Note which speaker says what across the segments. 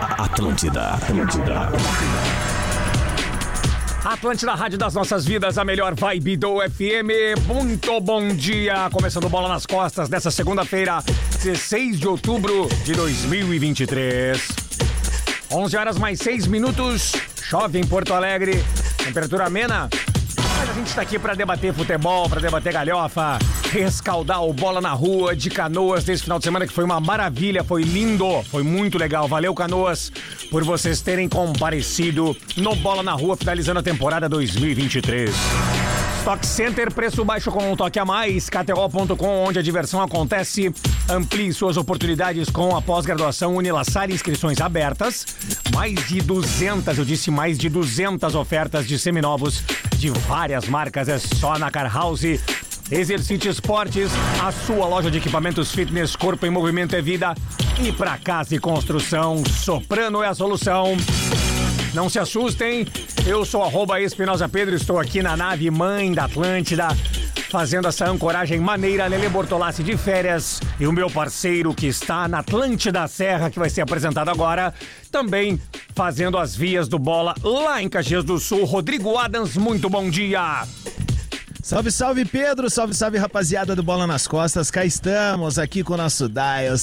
Speaker 1: Atlântida, Atlântida, Atlântida.
Speaker 2: Atlântida, Rádio das Nossas Vidas, a melhor vibe do FM. Muito bom dia! Começando Bola nas Costas dessa segunda-feira, 16 de outubro de 2023. 11 horas mais 6 minutos, chove em Porto Alegre, temperatura amena. Mas a gente está aqui para debater futebol, para debater galhofa, rescaldar o Bola na Rua de Canoas desse final de semana que foi uma maravilha, foi lindo, foi muito legal. Valeu, Canoas, por vocês terem comparecido no Bola na Rua, finalizando a temporada 2023. Stock Center, preço baixo com um toque a mais. KTO.com, onde a diversão acontece. Amplie suas oportunidades com a pós-graduação Unilassar, inscrições abertas. Mais de 200, eu disse mais de 200 ofertas de seminovos de várias marcas. É só na Car House. Exercite Esportes, a sua loja de equipamentos fitness, corpo em movimento é vida. E para casa e construção, Soprano é a solução. Não se assustem, eu sou arroba Espinosa Pedro, estou aqui na nave mãe da Atlântida, fazendo essa ancoragem maneira, Lele Bortolassi de férias e o meu parceiro que está na Atlântida Serra, que vai ser apresentado agora, também fazendo as vias do bola lá em Caxias do Sul. Rodrigo Adams, muito bom dia!
Speaker 3: Salve, salve Pedro, salve, salve rapaziada do Bola nas Costas, cá estamos aqui com o nosso Dial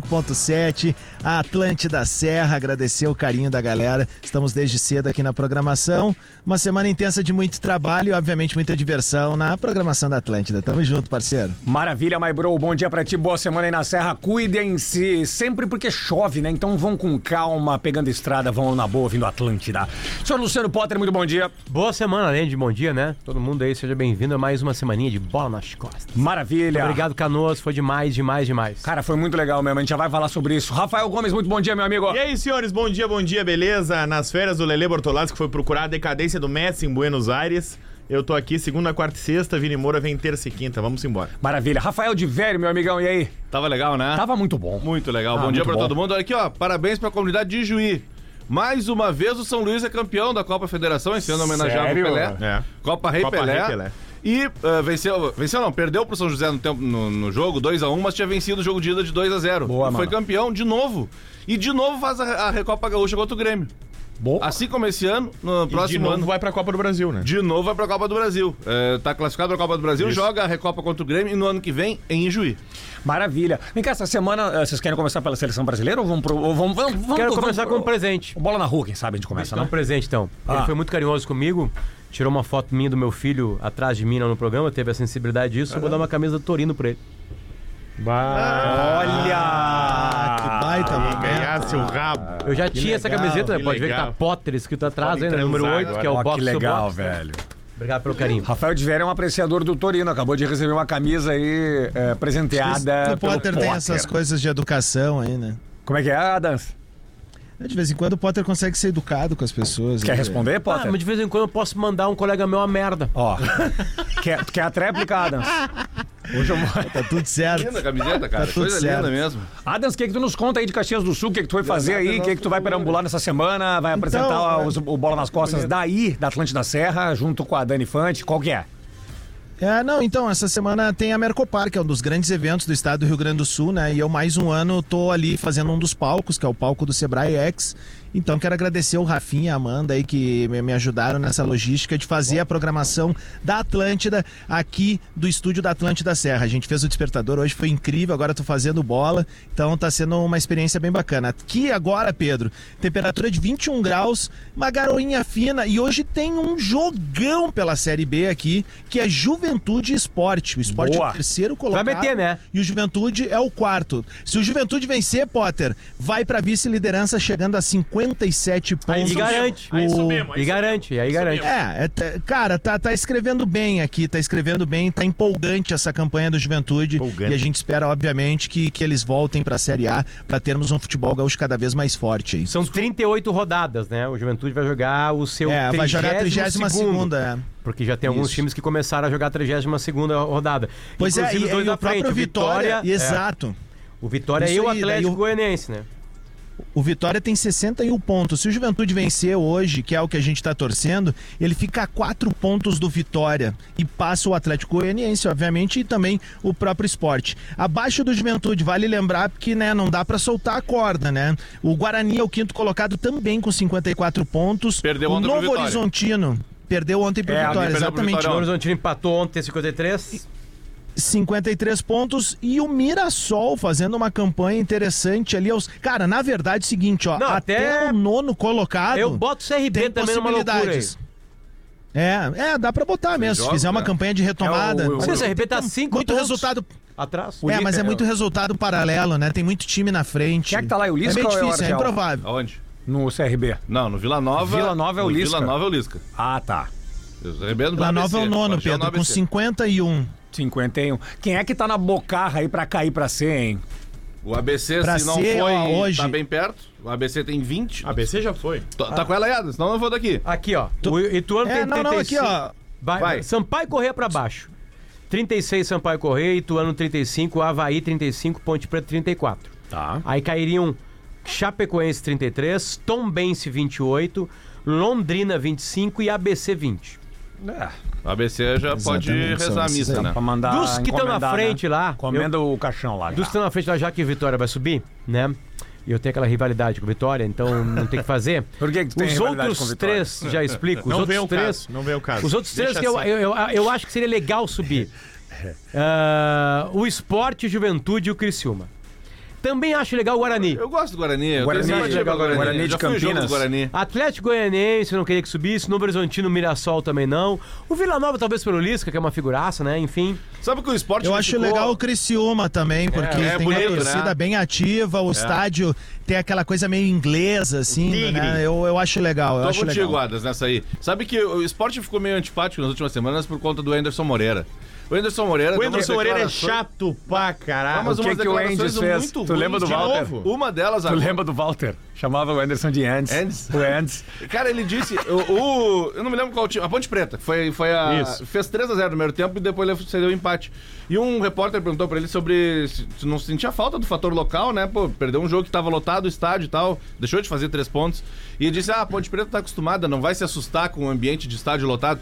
Speaker 3: 105.7, a Atlântida Serra, agradecer o carinho da galera, estamos desde cedo aqui na programação, uma semana intensa de muito trabalho e obviamente muita diversão na programação da Atlântida, tamo junto parceiro.
Speaker 2: Maravilha, my bro, bom dia pra ti, boa semana aí na Serra, cuidem-se, sempre porque chove, né, então vão com calma, pegando estrada, vão na boa, vindo Atlântida. Senhor Luciano Potter, muito bom dia.
Speaker 4: Boa semana, além de bom dia, né? Todo mundo aí, seja bem-vindo a mais uma semaninha de bola nas costas.
Speaker 5: Tá.
Speaker 2: Maravilha.
Speaker 4: Obrigado, Canoas, foi demais, demais, demais.
Speaker 2: Cara, foi muito legal mesmo. A gente já vai falar sobre isso. Rafael Gomes, muito bom dia, meu amigo.
Speaker 5: E aí, senhores, bom dia, bom dia, beleza? Nas férias do Lele Bortolazzi, que foi procurar a decadência do Messi em Buenos Aires. Eu tô aqui segunda, quarta e sexta, Vini Moura vem terça e quinta, vamos embora.
Speaker 2: Maravilha. Rafael de Velho, meu amigão, e aí?
Speaker 5: Tava legal, né?
Speaker 2: Tava muito bom.
Speaker 5: Muito legal.
Speaker 2: Ah,
Speaker 5: bom dia
Speaker 2: muito
Speaker 5: pra
Speaker 2: bom.
Speaker 5: todo mundo. Olha aqui, ó, parabéns pra comunidade de Juí. Mais uma vez o São Luís é campeão da Copa Federação, esse ano homenageava
Speaker 2: Sério?
Speaker 5: o Pelé. É.
Speaker 6: Copa Rei
Speaker 5: Copa
Speaker 6: Pelé.
Speaker 5: Rei Pelé.
Speaker 6: E ah, venceu, venceu não, perdeu pro São José no, tempo, no, no jogo 2x1, mas tinha vencido o jogo de ida de 2x0.
Speaker 2: Boa,
Speaker 6: e foi
Speaker 2: mano.
Speaker 6: campeão de novo. E de novo faz a, a Recopa Gaúcha contra o Grêmio.
Speaker 2: Bom.
Speaker 6: Assim como esse ano, no
Speaker 5: E de
Speaker 6: próximo
Speaker 5: novo
Speaker 6: ano.
Speaker 5: vai pra Copa do Brasil, né?
Speaker 6: De novo vai pra Copa do Brasil. Eh, tá classificado pra Copa do Brasil, joga a Recopa contra o Grêmio e no ano que vem em Ijuí.
Speaker 2: Maravilha. Vem cá, essa semana, eh, vocês querem começar pela seleção brasileira ou vamos pro. Ou vamos, vamos, vamos,
Speaker 4: Quero
Speaker 2: vamos-
Speaker 4: começar com um
Speaker 5: Tá,
Speaker 4: presente.
Speaker 2: Bola na rua, quem sabe a gente começa,
Speaker 4: Então, um
Speaker 2: né?
Speaker 4: presente, então.
Speaker 2: Ah.
Speaker 4: Ele foi muito carinhoso comigo, tirou uma foto minha do meu filho atrás de mim lá no programa, teve a sensibilidade disso, eu vou dar uma camisa do Torino pra ele.
Speaker 2: Olha!
Speaker 3: que
Speaker 2: Ah,
Speaker 3: baita, mano.
Speaker 4: Ah.
Speaker 5: Ganhasse o rabo.
Speaker 4: Eu já tinha essa
Speaker 5: legal,
Speaker 4: camiseta, né?
Speaker 5: Ah, que
Speaker 4: Pode ver que tá
Speaker 5: legal.
Speaker 4: Potter escrito atrás,
Speaker 5: Podem
Speaker 4: aí, né? número
Speaker 5: transar
Speaker 4: 8, que é
Speaker 2: Ó,
Speaker 4: o box
Speaker 2: que
Speaker 4: to
Speaker 2: legal,
Speaker 4: box.
Speaker 2: velho.
Speaker 4: Obrigado pelo carinho.
Speaker 2: Rafael de Vera é um apreciador do Torino, acabou de receber uma camisa aí eh, presenteada.
Speaker 3: o Potter
Speaker 2: pelo
Speaker 3: tem essas coisas de educação aí, né?
Speaker 2: Como é que é, Adams?
Speaker 3: De vez em quando o Potter consegue ser educado com as pessoas.
Speaker 2: Quer
Speaker 3: né?
Speaker 2: responder,
Speaker 4: Ah,
Speaker 2: Potter?
Speaker 4: mas de vez em quando eu posso mandar um colega meu a merda.
Speaker 2: Ó. quer, quer a tréplica, Adams? Hoje eu vou.
Speaker 3: Tá tudo certo.
Speaker 6: Linda a camiseta, cara.
Speaker 3: Tá tudo
Speaker 6: Coisa
Speaker 3: certo.
Speaker 6: linda mesmo.
Speaker 2: Adams, o que, que tu nos conta aí de Caxias do Sul? O que, que tu foi fazer aí? O que, que tu vai perambular nessa semana? Vai apresentar
Speaker 3: é-
Speaker 2: os- o Bola nas Costas daí, da Atlântida Serra, junto com a Dani Fante. Qual que é?
Speaker 3: É, não, então, essa semana tem a Mercopar, que é um dos grandes eventos do estado do Rio Grande do Sul, né? E eu, mais um ano, tô ali fazendo um dos palcos, que é o palco do Sebrae X. Então, quero agradecer o Rafinha e a Amanda aí, que me me ajudaram nessa logística de fazer a programação da Atlântida, aqui do estúdio da Atlântida Serra. A gente fez o despertador hoje, foi incrível, agora tô fazendo bola. Então, tá sendo uma experiência bem bacana. Aqui agora, Pedro, temperatura de 21 graus, uma garoinha fina, e hoje tem um jogão pela Série B aqui, que é Juventude e Esporte. O Esporte
Speaker 2: Boa.
Speaker 3: é o terceiro colocado.
Speaker 4: Vai meter, né?
Speaker 3: E o Juventude é o quarto. Se o Juventude vencer, Potter, vai pra vice-liderança chegando a 57 pontos.
Speaker 4: E garante.
Speaker 3: O-
Speaker 4: E garante, aí garante.
Speaker 3: é, é, tá- cara, tá, tá escrevendo bem aqui, tá escrevendo bem, tá empolgante essa campanha do Juventude.
Speaker 5: Empolgante.
Speaker 3: E a gente espera, obviamente, que, que eles voltem pra Série A pra termos um futebol gaúcho cada vez mais forte. aí.
Speaker 4: São 38 rodadas, né? O Juventude vai jogar o seu
Speaker 3: É, vai jogar a
Speaker 4: 32º,
Speaker 3: 32 é.
Speaker 4: Porque já tem alguns
Speaker 3: Isso.
Speaker 4: times que começaram a jogar a 32ª rodada.
Speaker 3: Pois é,
Speaker 4: Inclusive,
Speaker 3: e,
Speaker 4: os dois
Speaker 3: e
Speaker 4: na
Speaker 3: o próprio
Speaker 4: frente, o
Speaker 3: Vitória.
Speaker 4: é,
Speaker 3: exato.
Speaker 4: o Vitória
Speaker 3: Isso
Speaker 4: e o
Speaker 3: aí, daí
Speaker 4: Atlético
Speaker 3: o-
Speaker 4: Goianiense, né?
Speaker 3: O Vitória tem 61 pontos. Se o Juventude vencer hoje, que é o que a gente está torcendo, ele fica a 4 pontos do Vitória e passa o Atlético Goianiense, obviamente, e também o próprio esporte. Abaixo do Juventude, vale lembrar que né, não dá para soltar a corda, né? O Guarani é o quinto colocado também com 54 pontos.
Speaker 6: Perdeu
Speaker 3: o
Speaker 6: ontem pro
Speaker 3: Novo
Speaker 6: Vitória.
Speaker 3: Horizontino perdeu ontem para o
Speaker 2: É,
Speaker 3: Vitória,
Speaker 6: perdeu pro
Speaker 3: exatamente.
Speaker 6: Vitória
Speaker 4: O Horizontino empatou ontem, 53.
Speaker 3: 53 pontos e o Mirassol fazendo uma campanha interessante ali aos. Cara, na verdade é o seguinte, ó,
Speaker 4: Não,
Speaker 3: até...
Speaker 4: até
Speaker 3: o nono colocado.
Speaker 4: Eu boto o CRB
Speaker 3: tem
Speaker 4: também numa loucura aí.
Speaker 3: possibilidades. É, é, dá pra botar mesmo.
Speaker 6: joga,
Speaker 3: se fizer uma
Speaker 6: né?
Speaker 3: campanha de retomada. Então,
Speaker 2: É, o- o-
Speaker 4: Mas o CRB tá 5
Speaker 3: muito
Speaker 4: pontos
Speaker 3: resultado.
Speaker 4: atrás.
Speaker 3: é, mas é muito resultado paralelo, né? Tem muito time na frente.
Speaker 2: Quem é que tá lá? O Lisca
Speaker 3: É meio
Speaker 2: ou é o
Speaker 3: difícil, é,
Speaker 2: Argel?
Speaker 3: improvável.
Speaker 6: Aonde?
Speaker 2: No CRB.
Speaker 6: Não, no Vila Nova.
Speaker 2: Vila Nova é o
Speaker 6: no
Speaker 2: Lisca.
Speaker 6: Vila Nova é o Lisca.
Speaker 2: Ah, tá.
Speaker 6: Rebendo
Speaker 3: Lá nova é o nono, Pedro, com 51.
Speaker 2: 51. Quem é que tá na bocarra aí pra cair pra C, hein?
Speaker 6: O ABC,
Speaker 3: Pra
Speaker 6: se não
Speaker 3: ser,
Speaker 6: foi,
Speaker 3: ó, hoje-
Speaker 6: tá bem perto. O ABC tem 20.
Speaker 5: ABC já foi.
Speaker 6: Tá, tá com ela aí, Adam, senão eu não vou daqui.
Speaker 4: Aqui, ó. O Ituano
Speaker 3: É,
Speaker 4: tem
Speaker 3: não, não, aqui,
Speaker 4: 35.
Speaker 3: ó.
Speaker 4: Vai.
Speaker 6: Vai.
Speaker 4: Sampaio Correia pra baixo. 36 Sampaio Correia, Ituano 35, Havaí 35, Ponte Preta 34.
Speaker 2: Tá.
Speaker 4: Aí cairiam Chapecoense 33, Tombense 28, Londrina 25 e ABC 20.
Speaker 6: O ABC já pode
Speaker 3: Exatamente, são
Speaker 6: rezar a
Speaker 3: esses
Speaker 6: missa,
Speaker 3: aí.
Speaker 6: né?
Speaker 2: É, Pra
Speaker 5: Tá
Speaker 2: mandar
Speaker 4: Tá, Dos que tão na
Speaker 2: encomendar,
Speaker 4: frente
Speaker 5: né?
Speaker 4: lá,
Speaker 2: Comenda o caixão lá.
Speaker 4: Dos que estão na frente lá, já que Vitória vai subir, né? E eu tenho aquela rivalidade com Vitória, então não tem o que fazer.
Speaker 2: Por que que tu tem
Speaker 4: Os
Speaker 2: rivalidade
Speaker 4: outros
Speaker 2: com Vitória?
Speaker 4: três, já explico. Os
Speaker 5: Não
Speaker 4: outros
Speaker 5: vem o
Speaker 4: três,
Speaker 5: caso. Não vem o caso.
Speaker 4: Os outros três
Speaker 5: Deixa
Speaker 4: que eu,
Speaker 5: assim.
Speaker 4: eu, eu, eu acho que seria legal subir. Ah, o Esporte, Juventude e o Criciúma. Também acho legal o Guarani.
Speaker 6: Eu gosto do Guarani. Eu
Speaker 2: Guarani,
Speaker 6: tenho simpatia pelo Guarani.
Speaker 2: Guarani de
Speaker 6: já fui em jogo do
Speaker 2: Campinas.
Speaker 6: Guarani.
Speaker 4: Atlético Goianiense, eu não queria que subisse. Novo Horizontino, Mirassol também não. O Vila Nova, talvez pelo Lisca, que é uma figuraça, né? Enfim.
Speaker 6: Sabe que o esporte
Speaker 3: Eu
Speaker 6: me
Speaker 3: acho
Speaker 6: ficou-
Speaker 3: legal o Criciúma também, porque
Speaker 6: é
Speaker 3: tem
Speaker 6: bonito,
Speaker 3: uma torcida
Speaker 6: né?
Speaker 3: bem ativa, o estádio tem aquela coisa meio inglesa, assim,
Speaker 5: tigre.
Speaker 3: né? Eu, eu acho legal, eu
Speaker 6: Tô
Speaker 3: acho
Speaker 6: contigo,
Speaker 3: legal.
Speaker 6: Adas, nessa aí. Sabe que o esporte ficou meio antipático nas últimas semanas por conta do Anderson Moreira. O Anderson Moreira...
Speaker 5: O
Speaker 6: deu
Speaker 5: Anderson
Speaker 6: umas
Speaker 5: Moreira é
Speaker 6: declarações-
Speaker 5: chato pra
Speaker 6: Ah,
Speaker 5: caralho.
Speaker 6: mas
Speaker 2: O que
Speaker 6: umas
Speaker 2: que o
Speaker 6: declarações
Speaker 2: Andes fez?
Speaker 6: muito
Speaker 2: Tu
Speaker 6: ruins
Speaker 2: lembra do
Speaker 6: de
Speaker 2: Walter?
Speaker 6: novo. Uma delas
Speaker 2: Tu
Speaker 6: agora.
Speaker 2: lembra do Walter? Chamava o Anderson de Andes.
Speaker 6: Andes?
Speaker 2: O Andes.
Speaker 6: Cara, ele disse. O, o- eu não me lembro qual time. A Ponte Preta. Foi, foi a.
Speaker 5: Isso.
Speaker 6: Fez 3x0 no primeiro tempo e depois ele cedeu o empate. E um repórter perguntou pra ele sobre se se não sentia falta do fator local, né? Pô, perdeu um jogo que tava lotado o estádio e tal. Deixou de fazer três pontos. E ele disse: Ah, a Ponte Preta tá acostumada, não vai se assustar com o ambiente de estádio lotado.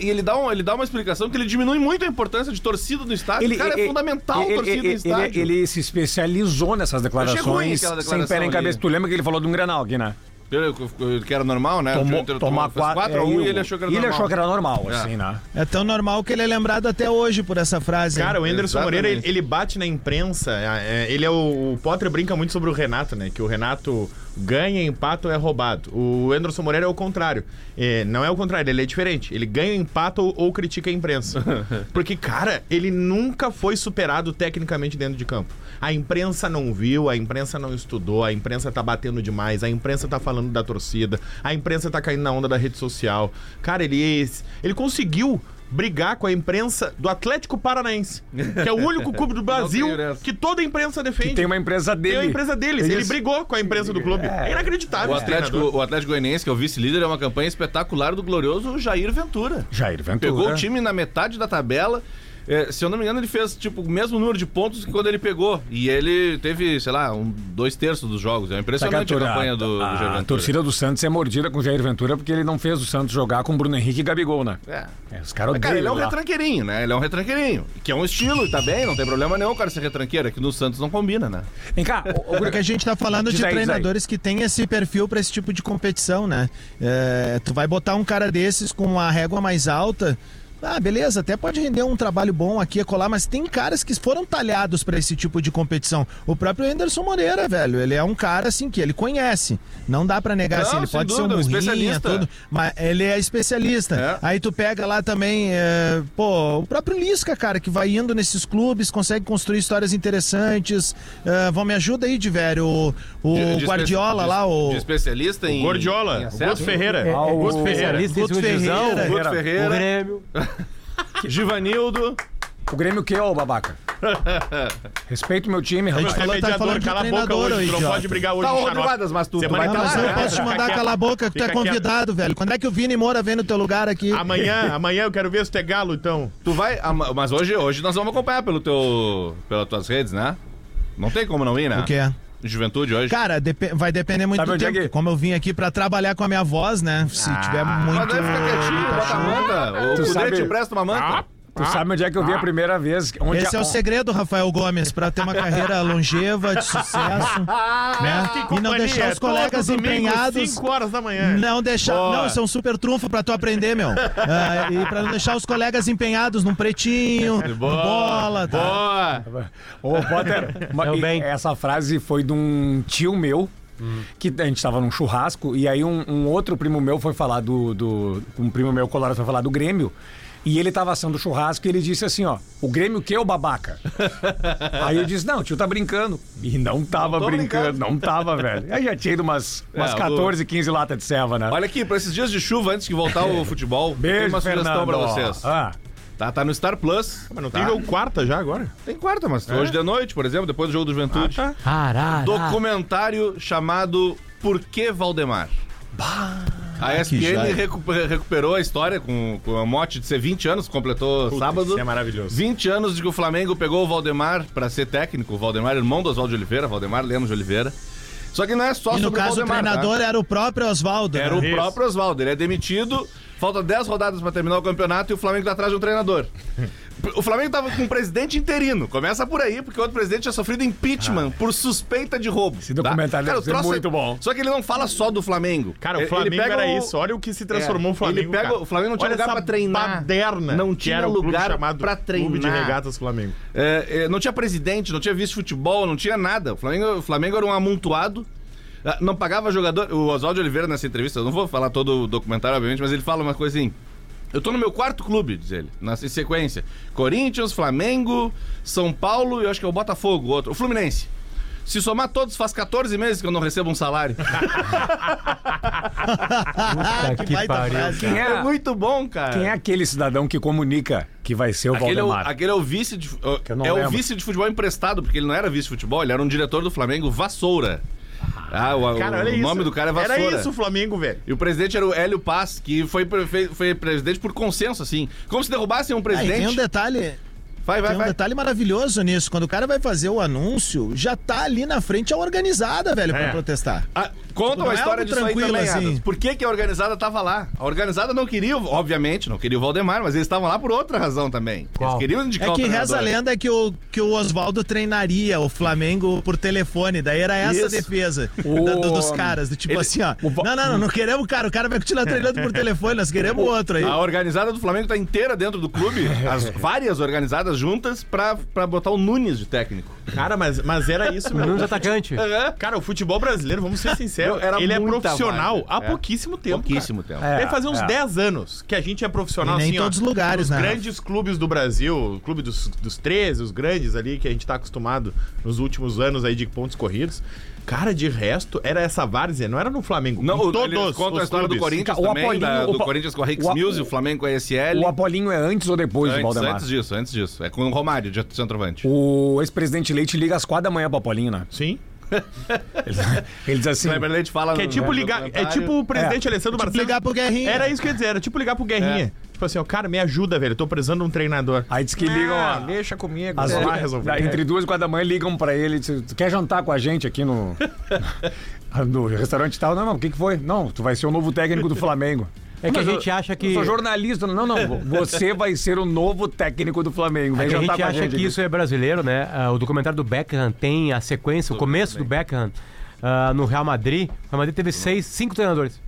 Speaker 6: E ele dá, um, ele dá uma explicação que ele diminui muito a importância de torcida no estádio. Cara, é fundamental
Speaker 2: ele,
Speaker 6: torcida no
Speaker 2: ele-
Speaker 6: estádio.
Speaker 2: ele- ele se especializou nessas declarações
Speaker 6: ruim aquela
Speaker 2: sem
Speaker 6: declaração
Speaker 2: pé nem
Speaker 6: ali.
Speaker 2: cabeça. Tu lembra que ele falou de um Grenal aqui, né?
Speaker 6: Eu- eu- eu- Que era normal, né?
Speaker 2: Tomou,
Speaker 6: O time
Speaker 2: tomar
Speaker 6: fez 4
Speaker 2: é,
Speaker 6: a 1
Speaker 2: e
Speaker 6: e ele achou que era
Speaker 2: ele
Speaker 6: normal.
Speaker 2: achou que era normal,
Speaker 6: É.
Speaker 2: assim, né?
Speaker 3: É tão normal que ele é lembrado até hoje por essa frase. né? hein?
Speaker 5: Cara, o Anderson
Speaker 6: Exatamente.
Speaker 5: Moreira, ele, ele bate na imprensa. é, é, Ele é o, o Potter brinca muito sobre o Renato, né? Que o Renato ganha empata ou é roubado. O Anderson Moreira é o contrário. É, não é o contrário, ele é diferente. Ele ganha empata ou, ou critica a imprensa. Porque, cara, ele nunca foi superado tecnicamente dentro de campo. A imprensa não viu, a imprensa não estudou, a imprensa tá batendo demais, a imprensa tá falando da torcida, a imprensa tá caindo na onda da rede social. Cara, ele, é ele conseguiu brigar com a imprensa do Atlético Paranaense, que é o único clube do Brasil
Speaker 6: tenho essa.
Speaker 5: que toda a imprensa defende.
Speaker 3: um
Speaker 2: Tem uma empresa
Speaker 5: Tem
Speaker 2: dele.
Speaker 5: a empresa deles. Ele brigou com a imprensa do clube. É, inacreditável.
Speaker 6: O
Speaker 5: esse
Speaker 6: Atlético,
Speaker 5: treinador.
Speaker 6: o Atlético Goianiense, que é o vice-líder, é uma campanha espetacular do glorioso Jair Ventura.
Speaker 2: Jair Ventura.
Speaker 6: Pegou o time na metade da tabela. É, se eu não me engano, ele fez tipo o mesmo número de pontos que quando ele pegou. E ele teve, sei lá, um, dois terços dos jogos. É impressionante a
Speaker 2: Sacatura,
Speaker 6: campanha do, do Jair
Speaker 2: a
Speaker 6: Ventura.
Speaker 2: torcida do Santos é mordida com o Jair Ventura porque ele não fez o Santos jogar com Bruno Henrique e Gabigol, né?
Speaker 6: É.
Speaker 2: É, os caras
Speaker 6: Mas, cara, ele é um
Speaker 2: odeiam lá.
Speaker 6: retranqueirinho, né? Ele é um retranqueirinho. Que é um estilo, e tá bem, não tem problema nenhum o cara ser retranqueiro. é Que no Santos não combina, né?
Speaker 2: Vem cá, ô, ô, Guri,
Speaker 3: Porque a gente tá falando
Speaker 2: Diz
Speaker 3: de
Speaker 2: aí, diz aí.
Speaker 3: treinadores que têm esse perfil pra esse tipo de competição, né? É, tu vai botar um cara desses com uma régua mais alta. Ah, beleza, até pode render um trabalho bom aqui e colar, mas tem caras que foram talhados pra esse tipo de competição. O próprio Anderson Moreira, velho, ele é um cara assim que ele conhece. Não dá pra negar
Speaker 6: Não,
Speaker 3: assim, ele
Speaker 6: sem
Speaker 3: pode
Speaker 6: dúvida, um
Speaker 3: ser um murrinha,
Speaker 6: especialista.
Speaker 3: tudo, mas ele é especialista.
Speaker 6: É.
Speaker 3: Aí tu pega lá também, é, pô, o próprio Lisca, cara, que vai indo nesses clubes, consegue construir histórias interessantes. É, vão me ajuda aí, Diverio, o, o
Speaker 6: De- de
Speaker 3: Guardiola
Speaker 6: espe-
Speaker 3: lá, o,
Speaker 6: De especialista em. em
Speaker 5: Gordiola, o
Speaker 6: acesso.
Speaker 5: Guto Ferreira.
Speaker 3: É,
Speaker 5: o Guto Ferreira.
Speaker 4: Lista em
Speaker 3: Guto
Speaker 4: segunda divisão,
Speaker 3: Ferreira.
Speaker 6: Guto
Speaker 4: o
Speaker 6: Ferreira.
Speaker 4: Grêmio.
Speaker 6: Givanildo.
Speaker 2: o Grêmio que é ô babaca? Respeito meu time,
Speaker 5: Não,
Speaker 2: rapaz.
Speaker 5: tu é
Speaker 3: falou- tá
Speaker 5: mediador,
Speaker 3: falando de
Speaker 5: cala a boca
Speaker 3: treinador,
Speaker 5: hoje. Tu não
Speaker 3: idiota.
Speaker 5: pode brigar hoje
Speaker 6: Tá,
Speaker 5: com
Speaker 6: ô,
Speaker 5: xarope.
Speaker 6: Eduardo, mas tu- tu
Speaker 5: Semana
Speaker 6: vai
Speaker 5: que
Speaker 3: Ah, mas
Speaker 5: vem-
Speaker 3: eu posso te
Speaker 5: Fica
Speaker 3: mandar
Speaker 5: quieto.
Speaker 3: calar a boca que tu é
Speaker 5: Fica quieto.
Speaker 3: convidado, velho. Quando é que o Vini Moura vem no teu lugar aqui?
Speaker 6: Ah,
Speaker 5: Amanhã, amanhã eu quero ver se tu é galo, então.
Speaker 6: Tu vai. ah, ama- Mas hoje, hoje nós vamos acompanhar pelo teu, pelas tuas redes, né? Não tem como não ir, né?
Speaker 3: O quê?
Speaker 6: Juventude hoje.
Speaker 3: Cara, depe- vai depender muito
Speaker 2: Sabe
Speaker 3: do
Speaker 2: onde é
Speaker 3: tempo.
Speaker 2: que-
Speaker 3: Como eu vim aqui pra trabalhar com a minha voz, né? Se tiver muito.
Speaker 6: Ah, Mas daí fica quietinho, bota a manta. O
Speaker 2: Tu
Speaker 6: Cudê
Speaker 2: sabe-
Speaker 6: te empresta uma
Speaker 5: Ah.
Speaker 6: manta.
Speaker 2: Tu sabe onde é que eu vi a primeira vez? Onde
Speaker 3: Ah. Esse é o segredo, Rafael Gomes, pra ter uma carreira longeva, de sucesso,
Speaker 6: Ah,
Speaker 3: né? E não deixar os colegas empenhados.
Speaker 5: 5 horas da manhã.
Speaker 3: Não deixar. Não, isso é um super trunfo pra tu aprender, meu. Ah, e pra não deixar os colegas empenhados num pretinho, num bola, tá?
Speaker 5: Boa!
Speaker 2: Ô, Potter, ma-
Speaker 4: Meu
Speaker 2: e-
Speaker 4: bem.
Speaker 2: essa frase foi de um tio meu. Que a gente tava num churrasco e aí um, um outro primo meu foi falar do, do- Um primo meu colorado foi falar do Grêmio. E ele tava assando o churrasco e ele disse assim: ó, o Grêmio que é o babaca. aí eu disse: não, o tio tá brincando. E não tava
Speaker 6: tô
Speaker 2: brincando,
Speaker 6: brincando.
Speaker 2: não tava, velho. Aí já tinha ido umas, umas
Speaker 6: É, o-
Speaker 2: 14, 15 latas de serva, né?
Speaker 6: Olha aqui, pra esses dias de chuva, antes que voltar o futebol, tem uma sugestão pra
Speaker 2: Fernando.
Speaker 6: vocês.
Speaker 2: Ah,
Speaker 6: Tá, tá no Star Plus.
Speaker 5: Ah,
Speaker 6: tá?
Speaker 5: Mas não tem jogo É. quarta já agora?
Speaker 6: Tem quarta, mas hoje de noite, por exemplo, depois do jogo do Juventude.
Speaker 5: Ah, tá.
Speaker 4: Caralho.
Speaker 6: Documentário chamado Por que Valdemar? A ESPN recu- recuperou a história com, com a mote de ser 20 anos, completou sábado.
Speaker 5: isso é maravilhoso.
Speaker 6: 20 anos de que o Flamengo pegou o Valdemar pra ser técnico. O Valdemar, irmão do Oswaldo de Oliveira, Valdemar Lemos de Oliveira. Só que não é só
Speaker 3: E no
Speaker 6: sobre
Speaker 3: caso, o
Speaker 6: Valdemar, tá?
Speaker 3: treinador era o próprio Oswaldo.
Speaker 6: Era o
Speaker 3: né?
Speaker 6: próprio Oswaldo. Ele é demitido. Falta 10 rodadas pra terminar o campeonato e o Flamengo tá atrás de um treinador. O Flamengo tava com um presidente interino. Começa por aí, porque o outro presidente tinha sofrido impeachment
Speaker 5: Ah.
Speaker 6: por suspeita de roubo.
Speaker 2: Esse documentário
Speaker 6: Cara,
Speaker 2: deve
Speaker 6: o
Speaker 2: ser
Speaker 6: troço
Speaker 2: muito
Speaker 6: é-
Speaker 2: bom.
Speaker 6: Só que ele não fala só do Flamengo.
Speaker 5: Cara,
Speaker 6: Ele-
Speaker 5: o
Speaker 6: ele
Speaker 5: Flamengo
Speaker 6: pega
Speaker 5: era
Speaker 6: o-
Speaker 5: isso. Olha o que se transformou
Speaker 6: É,
Speaker 5: o Flamengo.
Speaker 6: ele pega-
Speaker 5: cara.
Speaker 6: o Flamengo não tinha
Speaker 5: Olha
Speaker 6: lugar
Speaker 5: essa
Speaker 6: pra treinar.
Speaker 5: Baderna,
Speaker 6: Não
Speaker 5: que
Speaker 6: tinha
Speaker 5: era o
Speaker 6: lugar
Speaker 5: clube chamado
Speaker 6: pra
Speaker 5: Clube de
Speaker 6: treinar.
Speaker 5: Regatas Flamengo.
Speaker 6: É, é, não tinha presidente, não tinha vice-futebol, não tinha nada. O Flamengo, o Flamengo era um amontoado. Ah, Não pagava jogador. O Oswaldo Oliveira, nessa entrevista, eu não vou falar todo o documentário, obviamente, mas ele fala uma coisa assim. Eu tô no meu quarto clube, diz ele, na em sequência. Corinthians, Flamengo, São Paulo e eu acho que é o Botafogo, o outro. O Fluminense. Se somar todos, faz 14 meses que eu não recebo um salário.
Speaker 4: Puta que,
Speaker 3: baita
Speaker 4: pariu.
Speaker 3: frase. Ah,
Speaker 2: quem, é,
Speaker 6: É muito bom, cara.
Speaker 2: quem é aquele cidadão que comunica que vai ser o
Speaker 6: Aquele é o,
Speaker 2: Valdemar?
Speaker 6: aquele é o vice de,
Speaker 2: eu não
Speaker 6: é o
Speaker 2: lembro.
Speaker 6: vice de futebol emprestado, porque ele não era vice de futebol, ele era um diretor do Flamengo, Vassoura. Ah, o,
Speaker 5: Cara,
Speaker 6: o
Speaker 5: olha isso.
Speaker 6: nome do cara é Vassoura.
Speaker 5: Era isso o Flamengo, velho.
Speaker 6: E o presidente era o Hélio Paz, que foi, pre- fe- foi presidente por consenso, assim. Como se derrubassem um
Speaker 3: Ah, e tem um
Speaker 6: presidente.
Speaker 3: detalhe.
Speaker 6: vai, vai,
Speaker 3: Tem um
Speaker 6: vai.
Speaker 3: detalhe maravilhoso nisso. Quando o cara vai fazer o anúncio, já tá ali na frente a organizada, velho, pra protestar.
Speaker 6: Ah, conta
Speaker 3: Tipo, não
Speaker 6: uma
Speaker 3: é
Speaker 6: história
Speaker 3: algo
Speaker 6: disso aí
Speaker 3: tranquilo,
Speaker 6: também,
Speaker 3: assim.
Speaker 6: Adams. Por que, que a organizada tava lá? A organizada não queria, o- obviamente, não queria o Valdemar, mas eles estavam lá por outra razão também.
Speaker 4: Qual?
Speaker 6: Eles queriam indicar
Speaker 3: É
Speaker 6: o
Speaker 3: que
Speaker 6: treinador.
Speaker 3: reza a lenda que o, que o Oswaldo treinaria o Flamengo por telefone. Daí era essa a
Speaker 6: Isso.
Speaker 3: defesa
Speaker 2: O-
Speaker 3: da- do- dos caras. Do tipo
Speaker 6: Ele-
Speaker 3: assim, ó.
Speaker 2: o Va-
Speaker 3: Não, não, não, não queremos o cara. O cara vai continuar treinando por telefone. Nós queremos outro aí.
Speaker 6: A organizada do Flamengo tá inteira dentro do clube, as várias organizadas juntas, pra, pra botar o Nunes de técnico.
Speaker 5: Cara, mas, mas era isso,
Speaker 4: Bruno de
Speaker 5: meu.
Speaker 4: atacante.
Speaker 5: Cara, o futebol brasileiro, vamos ser sinceros,
Speaker 6: tá- Meu, era
Speaker 5: ele é
Speaker 6: muita
Speaker 5: profissional
Speaker 6: vaga.
Speaker 5: há
Speaker 6: É.
Speaker 5: pouquíssimo tempo.
Speaker 6: Pouquíssimo tempo.
Speaker 5: Deve fazer uns
Speaker 2: é.
Speaker 5: 10 anos que a gente é profissional
Speaker 3: E nem
Speaker 5: assim,
Speaker 3: em todos
Speaker 5: ó,
Speaker 3: os lugares,
Speaker 5: nos
Speaker 3: né?
Speaker 5: grandes clubes do Brasil, o clube dos, dos 13, os grandes ali, que a gente tá acostumado nos últimos anos aí de pontos corridos. Cara, de resto, era essa várzea, não era no Flamengo.
Speaker 6: Não,
Speaker 5: em
Speaker 6: o-
Speaker 5: todos
Speaker 6: eles contam a
Speaker 5: os
Speaker 6: história
Speaker 5: clubes.
Speaker 6: do Corinthians
Speaker 2: O
Speaker 6: também,
Speaker 2: Apolinho-
Speaker 6: da- do
Speaker 2: o Pa-
Speaker 6: Corinthians com a Rex
Speaker 2: o A-
Speaker 6: News e o Flamengo com a SL.
Speaker 2: O Apolinho é antes ou depois do
Speaker 6: antes,
Speaker 2: Valdemar?
Speaker 6: antes disso, antes disso. É com o Romário, de centroavante.
Speaker 2: O ex-presidente Leite liga às quatro da manhã pro Apolinho, né?
Speaker 5: Sim.
Speaker 2: Ele diz assim.
Speaker 6: Kleber Leite fala
Speaker 5: Que é
Speaker 6: no-
Speaker 5: tipo
Speaker 6: no
Speaker 5: ligar. É
Speaker 6: documentário.
Speaker 5: tipo o presidente Alessandro
Speaker 3: Tipo,
Speaker 5: Barcelos.
Speaker 3: ligar pro Guerrinha.
Speaker 5: Era isso que eu ia dizer, era tipo ligar pro Guerrinha. Tipo assim, ó, cara, me ajuda, velho. Eu tô precisando de um treinador.
Speaker 2: Aí diz que ligam.
Speaker 4: Ah,
Speaker 2: ó,
Speaker 5: deixa comigo.
Speaker 4: né?
Speaker 2: às
Speaker 5: vai
Speaker 2: duas-
Speaker 5: resolver.
Speaker 2: da-
Speaker 4: É.
Speaker 2: entre duas e quatro da manhã ligam pra ele. Diz, tu quer jantar com a gente aqui no. no restaurante e tal? Não, não, o que, que foi? Não, tu vai ser o novo técnico do Flamengo.
Speaker 4: É que a
Speaker 2: Mas eu-
Speaker 4: gente acha que.
Speaker 2: Eu sou jornalista. Não, não. vo- Você vai ser o novo técnico do Flamengo. Vem
Speaker 4: É que a
Speaker 6: tá
Speaker 2: jantar
Speaker 4: gente
Speaker 2: com a
Speaker 4: acha
Speaker 2: gente.
Speaker 4: que
Speaker 2: aqui.
Speaker 4: isso é brasileiro, né? Ah, o documentário do Beckham tem a sequência, o começo do Beckham ah, no Real Madrid. O Real Madrid teve seis, cinco treinadores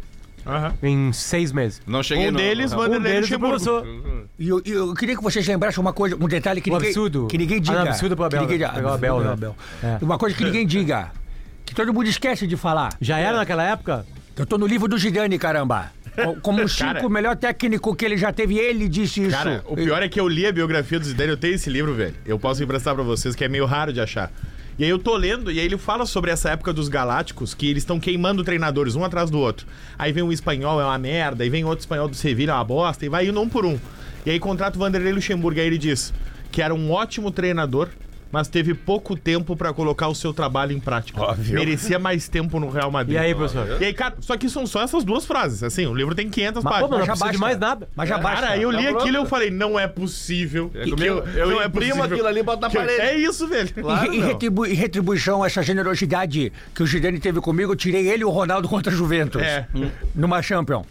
Speaker 5: Aham.
Speaker 4: em seis meses.
Speaker 6: Não cheguei
Speaker 5: Um
Speaker 6: no-
Speaker 5: deles,
Speaker 6: no-
Speaker 4: Um
Speaker 5: Vanderlei
Speaker 4: deles é o
Speaker 5: Luxemburgo.
Speaker 4: professor.
Speaker 2: E eu, e eu queria que vocês lembrassem uma coisa, um detalhe que
Speaker 4: Um
Speaker 2: ninguém.
Speaker 4: absurdo.
Speaker 2: Que ninguém
Speaker 4: Ah,
Speaker 2: diga.
Speaker 4: não, absurdo pro Abel,
Speaker 2: Que ninguém
Speaker 4: né?
Speaker 2: diga-
Speaker 4: Pegar o Abel,
Speaker 2: absurdo
Speaker 4: né?
Speaker 2: pro Abel.
Speaker 4: É.
Speaker 2: Uma coisa que ninguém diga. Que todo mundo esquece de falar.
Speaker 4: Já era naquela época?
Speaker 2: Eu tô no livro do Zidane, caramba. Co- Como o Chico,
Speaker 5: Cara.
Speaker 2: o melhor técnico que ele já teve, ele disse isso.
Speaker 5: Cara, o pior é que eu li a biografia do Zidane, eu tenho esse livro, velho. Eu posso emprestar pra vocês, que é meio raro de achar. E aí eu tô lendo, e aí ele fala sobre essa época dos Galácticos, que eles estão queimando treinadores um atrás do outro. Aí vem um espanhol, é uma merda, aí vem outro espanhol do Sevilha, é uma bosta, e vai indo um por um. E aí contrata o Vanderlei Luxemburgo, aí ele diz que era um ótimo treinador, mas teve pouco tempo pra colocar o seu trabalho em prática.
Speaker 2: Óbvio.
Speaker 5: Merecia mais tempo no Real Madrid.
Speaker 4: E aí, professor?
Speaker 5: E aí, cara, só que são só essas duas frases. Assim, o livro tem 500
Speaker 4: Mas, pô,
Speaker 5: páginas.
Speaker 4: mas não
Speaker 2: já
Speaker 4: precisa de
Speaker 2: basta.
Speaker 4: mais nada.
Speaker 2: Mas já baixa.
Speaker 5: É, Cara, eu li
Speaker 6: Tá pronto.
Speaker 5: aquilo e eu falei, não é possível.
Speaker 6: É
Speaker 5: que
Speaker 6: comigo, eu
Speaker 5: não é
Speaker 6: imprimo
Speaker 5: possível
Speaker 6: aquilo ali e boto na
Speaker 5: que eu-
Speaker 6: parede.
Speaker 5: É isso, velho.
Speaker 6: Claro,
Speaker 2: e,
Speaker 6: não.
Speaker 2: retribu- e retribuição a essa generosidade que o Girene teve comigo, eu tirei ele e o Ronaldo contra a Juventus. Hum.
Speaker 5: É.
Speaker 2: Numa Champion.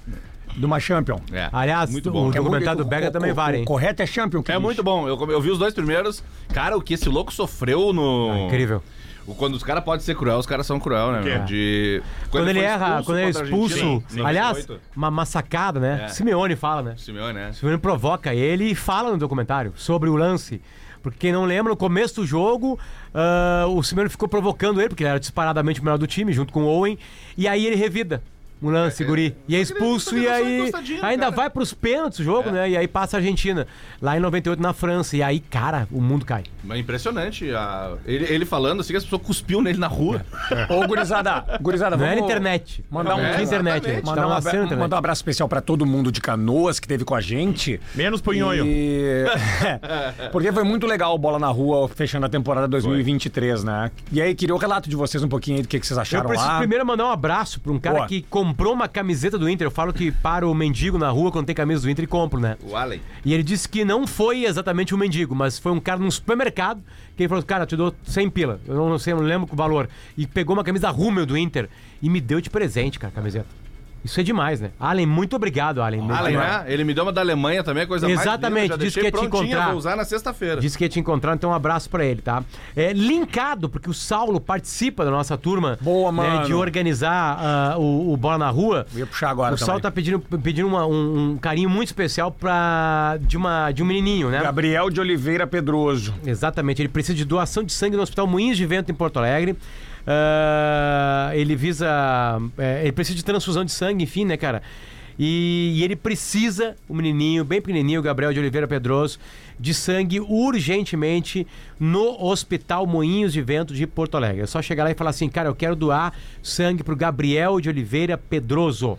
Speaker 2: Numa Champion.
Speaker 6: É.
Speaker 4: Aliás,
Speaker 6: muito bom.
Speaker 4: o documentário do Berga também vale, hein?
Speaker 2: O correto é Champion.
Speaker 6: É muito bom. Eu, come- eu vi os dois primeiros. Cara, o que esse louco sofreu no.
Speaker 4: Incrível.
Speaker 6: O- Quando os caras podem ser cruel, os caras são cruel, né?
Speaker 5: quê?
Speaker 6: meu? De...
Speaker 4: Quando, ele,
Speaker 6: foi
Speaker 4: erra, quando ele é
Speaker 6: contra a Argentina,
Speaker 4: expulso.
Speaker 6: em
Speaker 4: Aliás,
Speaker 6: 98,
Speaker 4: uma massacada, né?
Speaker 6: É.
Speaker 4: Simeone fala, né?
Speaker 6: Simeone, né?
Speaker 4: Simeone provoca ele e fala no documentário sobre o lance. Porque quem não lembra, no começo do jogo, ah, o Simeone ficou provocando ele, porque ele era disparadamente o melhor do time, junto com o Owen. E aí ele revida o lance, guri. E é expulso,
Speaker 6: ele
Speaker 4: e
Speaker 6: só
Speaker 4: aí
Speaker 6: encostadinho,
Speaker 4: ainda
Speaker 6: cara. É.
Speaker 4: vai pros pênaltis o jogo, né? E aí passa a Argentina. Lá em 98, na França. E aí, cara, o mundo cai.
Speaker 6: Mas Impressionante. a- Ele, ele falando assim que as pessoas cuspiam nele na rua.
Speaker 3: É.
Speaker 2: Ô, gurizada, gurizada,
Speaker 4: Não
Speaker 2: vamos...
Speaker 4: era internet.
Speaker 2: Mandar um,
Speaker 4: Não tinha
Speaker 6: É,
Speaker 4: internet.
Speaker 6: exatamente.
Speaker 2: mandar,
Speaker 4: né?
Speaker 2: um
Speaker 4: Tava
Speaker 2: abra-
Speaker 4: sem internet.
Speaker 2: mandar um abraço especial pra todo mundo de Canoas que teve com a gente.
Speaker 5: Menos punhonho.
Speaker 2: E... Porque foi muito legal o Bola na Rua fechando a temporada 2023, né? E aí, queria o relato de vocês um pouquinho aí do que, que vocês
Speaker 4: Eu
Speaker 2: acharam
Speaker 4: preciso
Speaker 2: lá.
Speaker 4: primeiro mandar um abraço pra um cara
Speaker 2: Boa.
Speaker 4: que comprou uma camiseta do Inter. Eu falo que para o mendigo na rua quando tem camisa do Inter e compro, né?
Speaker 6: O Allen.
Speaker 4: E ele disse que não foi exatamente um mendigo, mas foi um cara num supermercado que ele falou: Cara, eu te dou 100 pila. Eu não sei, eu não lembro o valor. E pegou uma camisa Rummel do Inter e me deu de presente, cara, a camiseta. Isso é demais, né? Allen, muito obrigado, Allen. Muito
Speaker 6: Allen,
Speaker 4: obrigado.
Speaker 6: né? Ele me deu uma da Alemanha também, a coisa
Speaker 4: Exatamente,
Speaker 6: mais linda. já
Speaker 4: disse
Speaker 6: deixei
Speaker 4: que ia te
Speaker 6: prontinha,
Speaker 4: encontrar.
Speaker 6: Vou usar na sexta-feira.
Speaker 4: Disse que ia te encontrar, então um abraço pra ele, tá? É, linkado, porque o Saulo participa da nossa turma
Speaker 2: Boa,
Speaker 4: né,
Speaker 2: mano.
Speaker 4: de organizar ah, o, o Bola na Rua.
Speaker 2: Eu ia puxar agora
Speaker 4: O Saulo
Speaker 2: também.
Speaker 4: tá pedindo, pedindo uma- um, um carinho muito especial pra, de, uma, de um menininho,
Speaker 5: tá-
Speaker 4: né?
Speaker 2: Gabriel de Oliveira Pedroso.
Speaker 4: Exatamente, ele precisa de doação de sangue no Hospital Moinhos de Vento em Porto Alegre. Ah, ele visa. é, ele precisa de transfusão de sangue, enfim, né, cara? E, e ele precisa, o menininho, bem pequenininho, Gabriel de Oliveira Pedroso, de sangue urgentemente no Hospital Moinhos de Vento de Porto Alegre. É só chegar lá e falar assim, cara, eu quero doar sangue pro Gabriel de Oliveira Pedroso.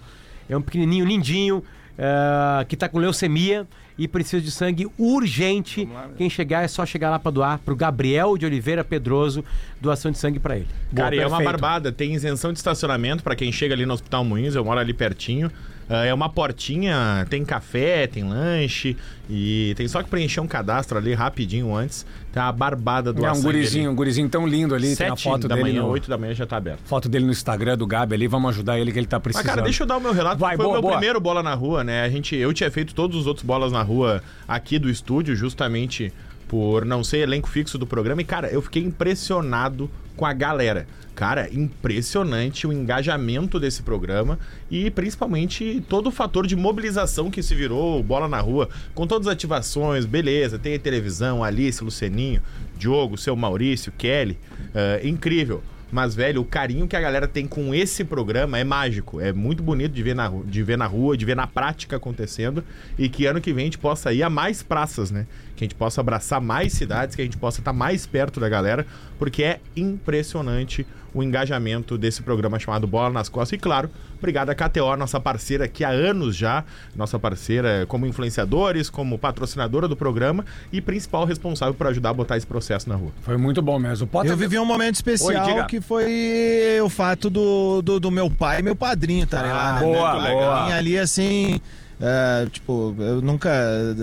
Speaker 4: É um pequenininho lindinho ah, que tá com leucemia e precisa de sangue urgente.
Speaker 2: né?
Speaker 4: Quem chegar é só chegar lá pra doar pro Gabriel de Oliveira Pedroso, doação de sangue pra ele.
Speaker 5: Cara, e é uma
Speaker 2: perfeito.
Speaker 5: barbada. Tem isenção de estacionamento pra quem chega ali no Hospital Moinhos, eu moro ali pertinho. Ah, é uma portinha, tem café, tem lanche e tem só que preencher um cadastro ali rapidinho antes. Tem uma barbada do
Speaker 2: É um
Speaker 5: açaí ali.
Speaker 2: gurizinho, um gurizinho tão lindo ali. tem a
Speaker 5: Sete
Speaker 2: foto
Speaker 5: da
Speaker 2: dele
Speaker 5: manhã,
Speaker 2: no...
Speaker 5: oito da manhã já tá aberto.
Speaker 2: Foto dele no Instagram do Gabi ali, vamos ajudar ele que ele tá
Speaker 5: Mas,
Speaker 2: precisando.
Speaker 5: cara, deixa eu dar o meu relato.
Speaker 2: Vai,
Speaker 5: porque foi
Speaker 2: boa,
Speaker 5: o meu
Speaker 2: boa.
Speaker 5: primeiro bola na rua, né? A gente, eu tinha feito todos os outros bolas na rua aqui do estúdio, justamente por não ser elenco fixo do programa. E, cara, eu fiquei impressionado com a galera. Cara, impressionante o engajamento desse programa e principalmente todo o fator de mobilização que se virou o bola na rua, com todas as ativações, beleza, tem a televisão, Alice, Luceninho, Diogo, seu Maurício, Kelly. ah, incrível. Mas, velho, o carinho que a galera tem com esse programa é mágico. É muito bonito de ver na, ru- de ver na rua, de ver na prática acontecendo. E que ano que vem a gente possa ir a mais praças, né? Que a gente possa abraçar mais cidades, que a gente possa estar mais perto da galera. Porque é impressionante o engajamento desse programa chamado Bola nas Costas. E, claro, obrigado a KTO, nossa parceira aqui há anos já. Nossa parceira como influenciadores, como patrocinadora do programa. E principal responsável por ajudar a botar esse processo na rua.
Speaker 2: Foi muito bom mesmo. O Potter...
Speaker 3: Eu vivi um momento especial
Speaker 2: diga.
Speaker 3: que foi o fato do, do, do meu pai e meu padrinho estarem lá. né?
Speaker 2: Ah, boa,
Speaker 3: Muito legal.
Speaker 2: boa.
Speaker 3: E ali assim. é, tipo, eu nunca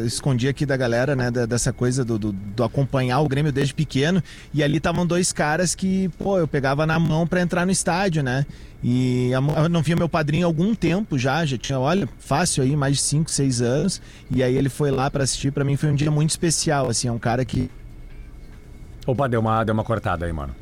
Speaker 3: escondi aqui da galera, né, da- dessa coisa do, do- do acompanhar o Grêmio desde pequeno. E ali estavam dois caras que, pô, eu pegava na mão pra entrar no estádio, né? E a mo- eu não via meu padrinho há algum tempo já, já tinha, olha, fácil aí, mais de 5, 6 anos. E aí ele foi lá pra assistir, pra mim foi um dia muito especial, assim, é um cara que
Speaker 2: Opa, deu uma, deu uma cortada aí, mano.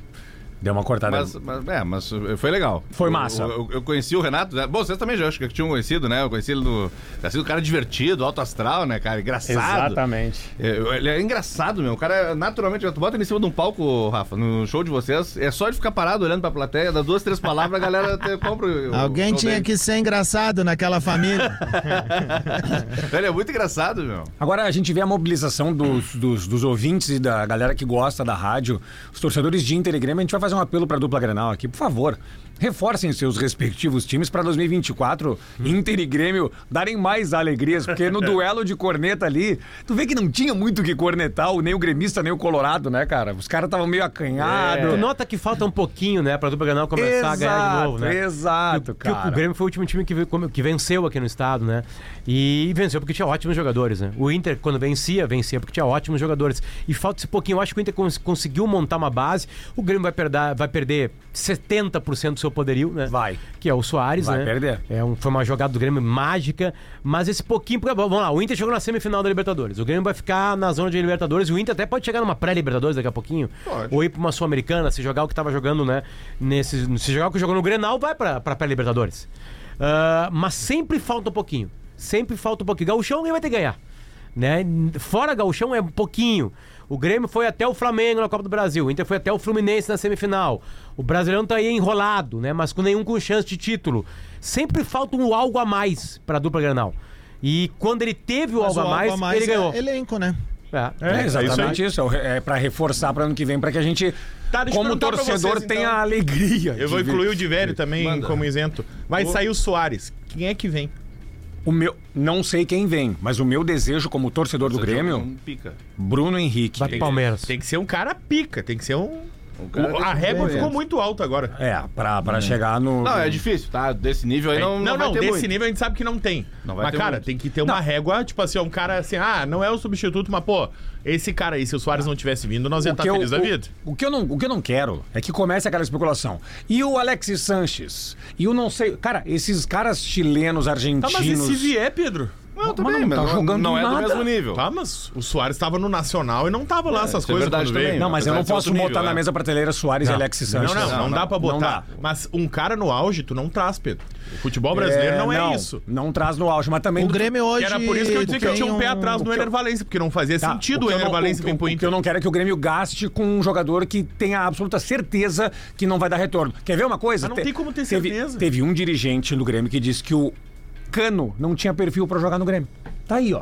Speaker 2: Deu uma
Speaker 4: tá
Speaker 2: cortada.
Speaker 6: Mas, mas- é, mas foi legal.
Speaker 2: Foi massa.
Speaker 6: Eu, eu- eu conheci o Renato. né? Bom, vocês também já acho que tinham conhecido, né? Eu conheci ele no. Assim, um cara divertido, alto astral, né, cara? Engraçado.
Speaker 2: Exatamente.
Speaker 6: É, eu- ele é engraçado, meu. O cara, é- naturalmente, tu bota ele em cima de um palco, Rafa, no show de vocês. É só ele ficar parado olhando pra plateia, dá duas, três palavras, a galera até compra. o-
Speaker 3: Alguém
Speaker 6: o show
Speaker 3: tinha
Speaker 6: dele.
Speaker 3: que ser engraçado naquela família.
Speaker 6: Ele é muito engraçado, meu.
Speaker 2: Agora a gente vê a mobilização dos, dos, dos ouvintes e da galera que gosta da rádio, os torcedores de Inter e Grêmio. A gente vai fazer um apelo para a dupla Grenal aqui, por favor. Reforcem seus respectivos times para 2024,
Speaker 4: Hum.
Speaker 2: Inter e Grêmio darem mais alegrias, porque no duelo de corneta ali, tu vê que não tinha muito o que cornetar, o- nem o gremista, nem o colorado, né, cara? Os caras estavam meio acanhados.
Speaker 4: Tu nota que falta um pouquinho, né, pra dupla Granal começar a ganhar de novo, né?
Speaker 2: Exato,
Speaker 4: Que o-
Speaker 2: cara.
Speaker 4: O Grêmio foi o último time que, ve- como- que venceu aqui no estado, né? E venceu porque tinha ótimos jogadores, né? O Inter, quando vencia, vencia porque tinha ótimos jogadores. E falta esse pouquinho. Eu acho que o Inter cons- conseguiu montar uma base. O Grêmio vai, perder vai perder 70% do seu poderio, né?
Speaker 2: Vai.
Speaker 4: Que é o Soares,
Speaker 2: Vai
Speaker 4: né?
Speaker 2: perder.
Speaker 4: É um- foi uma jogada do Grêmio mágica, mas esse pouquinho. Porque, bom, vamos lá, o Inter chegou na semifinal da Libertadores. O Grêmio vai ficar na zona de Libertadores. O Inter até pode chegar numa pré-Libertadores daqui a pouquinho. Ou ir pra uma Sul-Americana, se jogar o que tava jogando, né? Nesse, se jogar o que jogou no Grenal, vai pra, pra pré-Libertadores. Ah, mas sempre falta um pouquinho. Sempre falta um pouquinho. Gauchão ninguém vai ter que ganhar. Né? Fora Gauchão é um pouquinho. O Grêmio foi até o Flamengo na Copa do Brasil, o Inter foi até o Fluminense na semifinal. O Brasileirão tá aí enrolado, né? Mas com nenhum com chance de título. Sempre falta um algo a mais pra dupla Granal. E quando ele teve o
Speaker 3: Mas
Speaker 4: algo,
Speaker 3: o
Speaker 4: a, mais,
Speaker 3: a
Speaker 4: ele
Speaker 3: é
Speaker 4: ganhou.
Speaker 3: elenco, né?
Speaker 4: É.
Speaker 2: É,
Speaker 5: isso
Speaker 2: exatamente isso. É, o re- é para reforçar para ano que vem, para que a gente,
Speaker 5: Tá, deixa eu
Speaker 2: como
Speaker 5: perguntar pra
Speaker 2: torcedor,
Speaker 5: vocês, então.
Speaker 2: tenha a alegria. de
Speaker 5: Eu vou
Speaker 2: ver.
Speaker 5: incluir o de velho também
Speaker 6: Manda.
Speaker 5: como isento. Vai
Speaker 6: Ô.
Speaker 5: sair o Soares. Quem é que vem?
Speaker 2: O meu, não sei quem vem, mas o meu desejo como torcedor do Grêmio,
Speaker 6: Um pica.
Speaker 2: Bruno Henrique.
Speaker 4: Vai pro Palmeiras.
Speaker 5: Tem que ser um cara pica, tem que ser um.
Speaker 6: cara
Speaker 5: O-
Speaker 6: tem
Speaker 5: a
Speaker 6: que
Speaker 5: régua
Speaker 6: ganhar.
Speaker 5: ficou muito alta agora.
Speaker 2: É, pra,
Speaker 5: Hum.
Speaker 2: pra chegar no.
Speaker 6: Não, é difícil, tá? Desse nível aí não
Speaker 5: É. Não, não,
Speaker 6: vai ter
Speaker 5: desse
Speaker 6: muito.
Speaker 5: nível a gente sabe que não tem.
Speaker 6: Não vai
Speaker 5: mas,
Speaker 6: ter
Speaker 5: cara,
Speaker 6: muito.
Speaker 5: tem que ter uma régua, tipo assim, ó, um cara assim, ah, não é o substituto, mas, pô, esse cara aí, se o
Speaker 6: Tá.
Speaker 5: Soares não tivesse vindo, nós
Speaker 2: O
Speaker 5: ia estar
Speaker 6: é
Speaker 2: que, eu,
Speaker 5: feliz da
Speaker 2: o-
Speaker 5: vida.
Speaker 2: o que eu não, o que eu não quero é que comece aquela especulação. E o Alexis Sanches? E o não sei. Cara, esses caras
Speaker 5: Tá,
Speaker 2: chilenos, argentinos.
Speaker 5: vier, Pedro?
Speaker 6: Não,
Speaker 2: Mas não tá jogando
Speaker 6: não é do
Speaker 2: nada.
Speaker 6: mesmo nível.
Speaker 5: Tá, mas o Soares estava no Nacional e não tava lá essas
Speaker 6: isso é
Speaker 5: coisas
Speaker 6: verdade
Speaker 5: quando
Speaker 6: também,
Speaker 5: veio.
Speaker 2: Não, mas eu
Speaker 6: Apesar
Speaker 2: não
Speaker 6: de ser
Speaker 2: posso
Speaker 6: outro nível,
Speaker 2: botar na
Speaker 6: é.
Speaker 2: mesa prateleira Soares e Alexis
Speaker 5: Não,
Speaker 2: Sanches.
Speaker 5: não, não, dá pra botar.
Speaker 2: dá.
Speaker 5: Mas um cara no auge, tu não traz, Pedro. O futebol brasileiro não é isso.
Speaker 2: Não traz no auge, mas também.
Speaker 3: O
Speaker 2: do-
Speaker 3: Grêmio hoje.
Speaker 5: Que era por isso que eu dizia que eu
Speaker 3: tem
Speaker 5: tinha um pé atrás
Speaker 2: o
Speaker 5: no
Speaker 2: que eu-
Speaker 5: Ener Valencia, porque não fazia
Speaker 2: Tá,
Speaker 5: sentido
Speaker 2: o
Speaker 5: o
Speaker 2: que eu
Speaker 5: Ener
Speaker 2: não-
Speaker 5: Valencia
Speaker 2: o que eu-
Speaker 5: vir pro
Speaker 2: O que eu
Speaker 5: Inter.
Speaker 2: não quero é que o Grêmio gaste com um jogador que tenha a absoluta certeza que não vai dar retorno. Quer ver uma coisa?
Speaker 5: Mas não tem como ter
Speaker 2: teve-
Speaker 5: certeza.
Speaker 2: Teve, um dirigente do Grêmio que disse que o Cano não tinha perfil pra jogar no Grêmio. Tá aí, ó.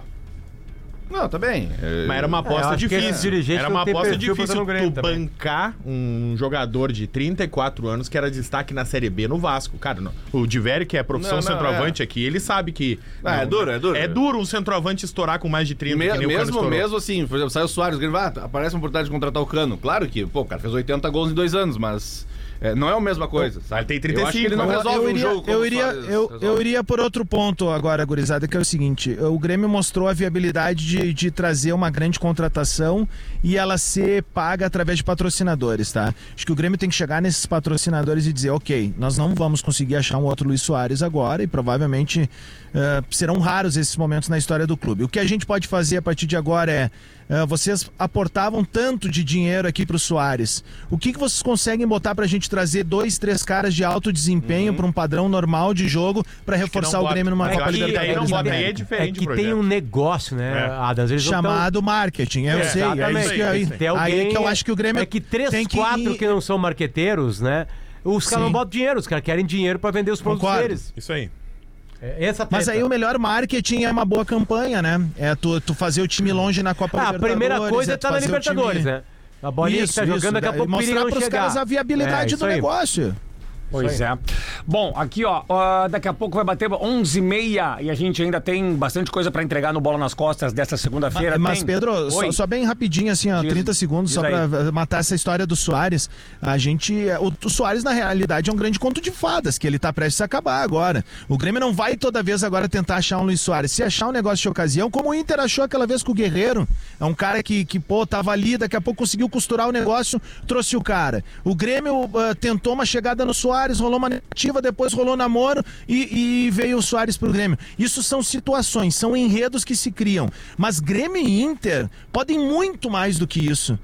Speaker 6: Não, tá bem. É,
Speaker 5: Mas era uma
Speaker 4: eu
Speaker 5: aposta
Speaker 4: acho que esses
Speaker 5: difícil.
Speaker 4: dirigentes
Speaker 5: Era uma
Speaker 4: não têm
Speaker 5: aposta
Speaker 4: perfil pra
Speaker 5: difícil
Speaker 4: estar no Grêmio
Speaker 5: tu
Speaker 4: também.
Speaker 5: bancar um jogador de 34 anos que era destaque na Série B no Vasco. Cara, não- o Diveri, que é a profissão
Speaker 6: Não, não,
Speaker 5: centroavante aqui, ele sabe que.
Speaker 6: Ah, é
Speaker 5: não-
Speaker 6: duro, é duro.
Speaker 5: É duro um centroavante estourar com mais de 30
Speaker 6: me-
Speaker 5: que nem o Cano
Speaker 6: mesmo,
Speaker 5: estourou.
Speaker 6: mesmo assim, por exemplo, sai o Soares, o Grêmio, ah, aparece uma oportunidade de contratar o Cano. Claro que, pô, o cara fez 80 gols em dois anos, mas é, não é a mesma coisa, sabe?
Speaker 5: ele tem
Speaker 6: Eu acho que
Speaker 5: 35,
Speaker 6: ele não
Speaker 5: né?
Speaker 6: resolve
Speaker 3: eu
Speaker 6: um
Speaker 3: iria,
Speaker 6: jogo como
Speaker 3: eu
Speaker 6: o
Speaker 3: iria,
Speaker 6: Soares
Speaker 3: eu,
Speaker 6: resolve.
Speaker 3: eu iria por outro ponto agora, gurizada, que é o seguinte: o Grêmio mostrou a viabilidade de, de trazer uma grande contratação e ela ser paga através de patrocinadores, tá? Acho que o Grêmio tem que chegar nesses patrocinadores e dizer, ok, nós não vamos conseguir achar um outro Luiz Soares agora e provavelmente eh, serão raros esses momentos na história do clube. O que a gente pode fazer a partir de agora é eh, vocês aportavam tanto de dinheiro aqui para o Soares. O que, que vocês conseguem botar para a gente trazer dois, três caras de alto desempenho
Speaker 4: Uhum.
Speaker 3: para um padrão normal de jogo para reforçar o
Speaker 5: bota.
Speaker 3: Grêmio numa
Speaker 5: Mas
Speaker 3: Copa
Speaker 5: aqui- aí não
Speaker 3: Libertadores? da
Speaker 5: bota, aí é
Speaker 3: América?
Speaker 5: diferente
Speaker 4: É
Speaker 5: o
Speaker 4: que tem
Speaker 5: projeto.
Speaker 4: um negócio, né,
Speaker 5: É.
Speaker 4: Adams? Eles não tão-
Speaker 3: Chamado marketing, eu sei. É
Speaker 5: exatamente.
Speaker 3: isso que, aí,
Speaker 4: Tem alguém-
Speaker 3: aí é que eu acho que o Grêmio
Speaker 4: É que três,
Speaker 3: tem que
Speaker 4: quatro
Speaker 3: ir-
Speaker 4: que não são marqueteiros, né? Os caras não
Speaker 3: Sim.
Speaker 4: botam dinheiro, os caras querem dinheiro pra vender os produtos
Speaker 3: Concordo.
Speaker 4: deles.
Speaker 5: Isso aí.
Speaker 4: É Essa
Speaker 3: Mas
Speaker 4: treta.
Speaker 3: aí o melhor marketing é uma boa campanha, né? É tu, tu fazer o time longe na Copa
Speaker 4: Ah, a
Speaker 3: Libertadores.
Speaker 4: primeira coisa é
Speaker 3: tu
Speaker 4: estar na
Speaker 3: fazer o time-
Speaker 4: Libertadores, né? A bolinha que tá jogando daqui a
Speaker 3: daí
Speaker 4: pouco periga
Speaker 3: né, mostrar
Speaker 4: não
Speaker 3: pros
Speaker 4: chegar.
Speaker 3: caras a viabilidade do
Speaker 4: É, isso aí.
Speaker 3: negócio.
Speaker 2: Pois é. Bom, aqui ó, ó, daqui a pouco vai bater 11h30 e a gente ainda tem bastante coisa pra entregar no Bola nas Costas desta segunda-feira.
Speaker 3: Mas,
Speaker 2: Tem-
Speaker 3: Pedro, só,
Speaker 2: Oi.
Speaker 3: só bem rapidinho, assim, ó,
Speaker 2: Diz-
Speaker 3: 30 segundos,
Speaker 2: diz
Speaker 3: só
Speaker 2: aí.
Speaker 3: pra eh, matar essa história do Soares. A gente. eh, O, o Soares, na realidade, é um grande conto de fadas, que ele tá prestes a acabar agora. O Grêmio não vai toda vez agora tentar achar um Luiz Soares. Se achar um negócio de ocasião, como o Inter achou aquela vez com o Guerreiro, é um cara que, que pô, tava ali, daqui a pouco conseguiu costurar o negócio, trouxe o cara. O Grêmio eh, tentou uma chegada no Soares, rolou uma negativa, depois rolou namoro e, e veio o Soares pro Grêmio. Isso são situações, são enredos que se criam. Mas Grêmio e Inter podem muito mais do que isso.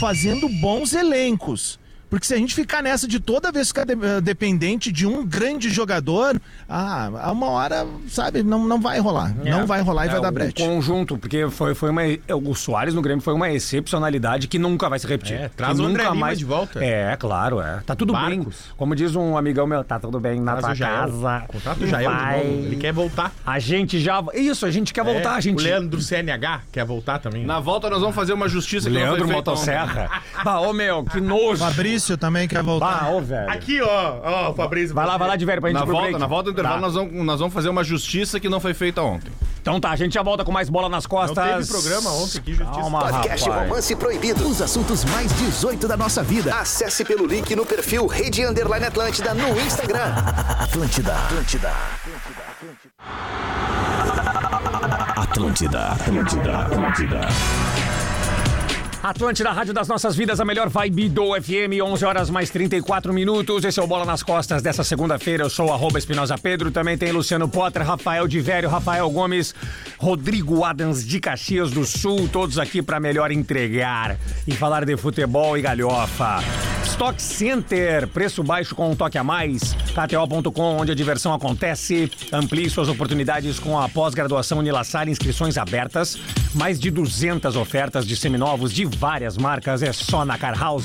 Speaker 3: Fazendo bons elencos. Porque se a gente ficar nessa de toda vez ficar de- eh, dependente de um grande jogador, ah, a uma hora, sabe, não, não vai rolar. Não vai rolar e
Speaker 2: É,
Speaker 3: vai
Speaker 2: o-
Speaker 3: dar brete.
Speaker 2: O conjunto, porque foi, foi uma. O Soares no Grêmio foi uma excepcionalidade que nunca vai se repetir.
Speaker 5: É, traz
Speaker 2: Que
Speaker 5: o André
Speaker 2: nunca
Speaker 5: Lima de volta.
Speaker 2: É, claro, é. Tá tudo
Speaker 5: Barcos.
Speaker 2: bem. Como diz um amigão meu, tá tudo bem na
Speaker 5: Mas
Speaker 2: tua
Speaker 5: o Jael.
Speaker 2: casa.
Speaker 5: O contrato já é
Speaker 2: Vai.
Speaker 5: Ele quer voltar.
Speaker 2: A gente já. Isso, a gente quer voltar,
Speaker 5: É,
Speaker 2: a gente.
Speaker 5: O Leandro CNH quer voltar também. né?
Speaker 6: Na volta nós vamos fazer uma justiça que não
Speaker 2: Leandro
Speaker 6: foi feita ontem.
Speaker 2: Motosserra. Bah, ô meu, que nojo.
Speaker 3: Fabrício Fabrício também quer voltar.
Speaker 2: Ah, ô, velho.
Speaker 5: Aqui, ó, ó, o Fabrício.
Speaker 2: Vai lá, vai lá de velho pra gente
Speaker 6: Na
Speaker 2: ir pro
Speaker 6: volta,
Speaker 2: break.
Speaker 6: na volta do intervalo,
Speaker 2: Tá.
Speaker 6: nós, vamos, nós vamos fazer uma justiça que não foi feita ontem.
Speaker 2: Então tá, a gente já volta com mais bola nas
Speaker 5: Não
Speaker 2: costas.
Speaker 5: teve programa ontem, que justiça.
Speaker 2: Calma,
Speaker 7: Podcast
Speaker 2: rapaz.
Speaker 7: Romance Proibido. Os assuntos mais 18 da nossa vida. Acesse pelo link no perfil Rede Underline Atlântida no Instagram. Atlântida. Atlântida.
Speaker 1: Atlântida, Atlântida, Atlântida.
Speaker 2: Atlântida, Rádio das Nossas Vidas, a melhor vibe do FM, 11 horas mais 34 minutos. Esse é o Bola nas Costas dessa segunda-feira. Eu sou o arroba Espinosa Pedro, também tem Luciano Potter, Rafael de Vério, Rafael Gomes, Rodrigo Adams de Caxias do Sul, todos aqui para melhor entregar e falar de futebol e galhofa. Stock Center, preço baixo com um toque a mais. KTO.com, onde a diversão acontece. Amplie suas oportunidades com a pós-graduação Unilassar, inscrições abertas. Mais de 200 ofertas de seminovos de várias marcas, é só na Car House.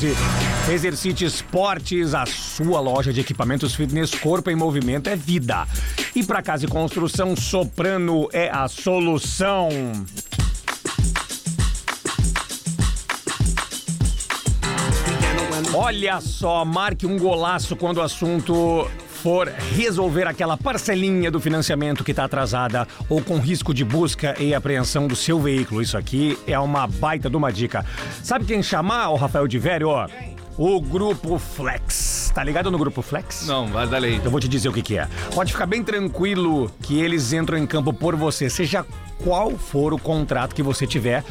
Speaker 2: Exercite Esportes, a sua loja de equipamentos fitness, corpo em movimento é vida. E para casa e construção, Soprano é a solução. Olha só, marque um golaço quando o assunto for resolver aquela parcelinha do financiamento que está atrasada ou com risco de busca e apreensão do seu veículo. Isso aqui é uma baita de uma dica. Sabe quem chamar, o Rafael de Vério? ó? O Grupo Flex. Tá ligado no Grupo Flex?
Speaker 6: Não, vai dar lei.
Speaker 2: Eu vou te dizer o que, que é. Pode ficar bem tranquilo que eles entram em campo por você, seja qual for o contrato que você tiver.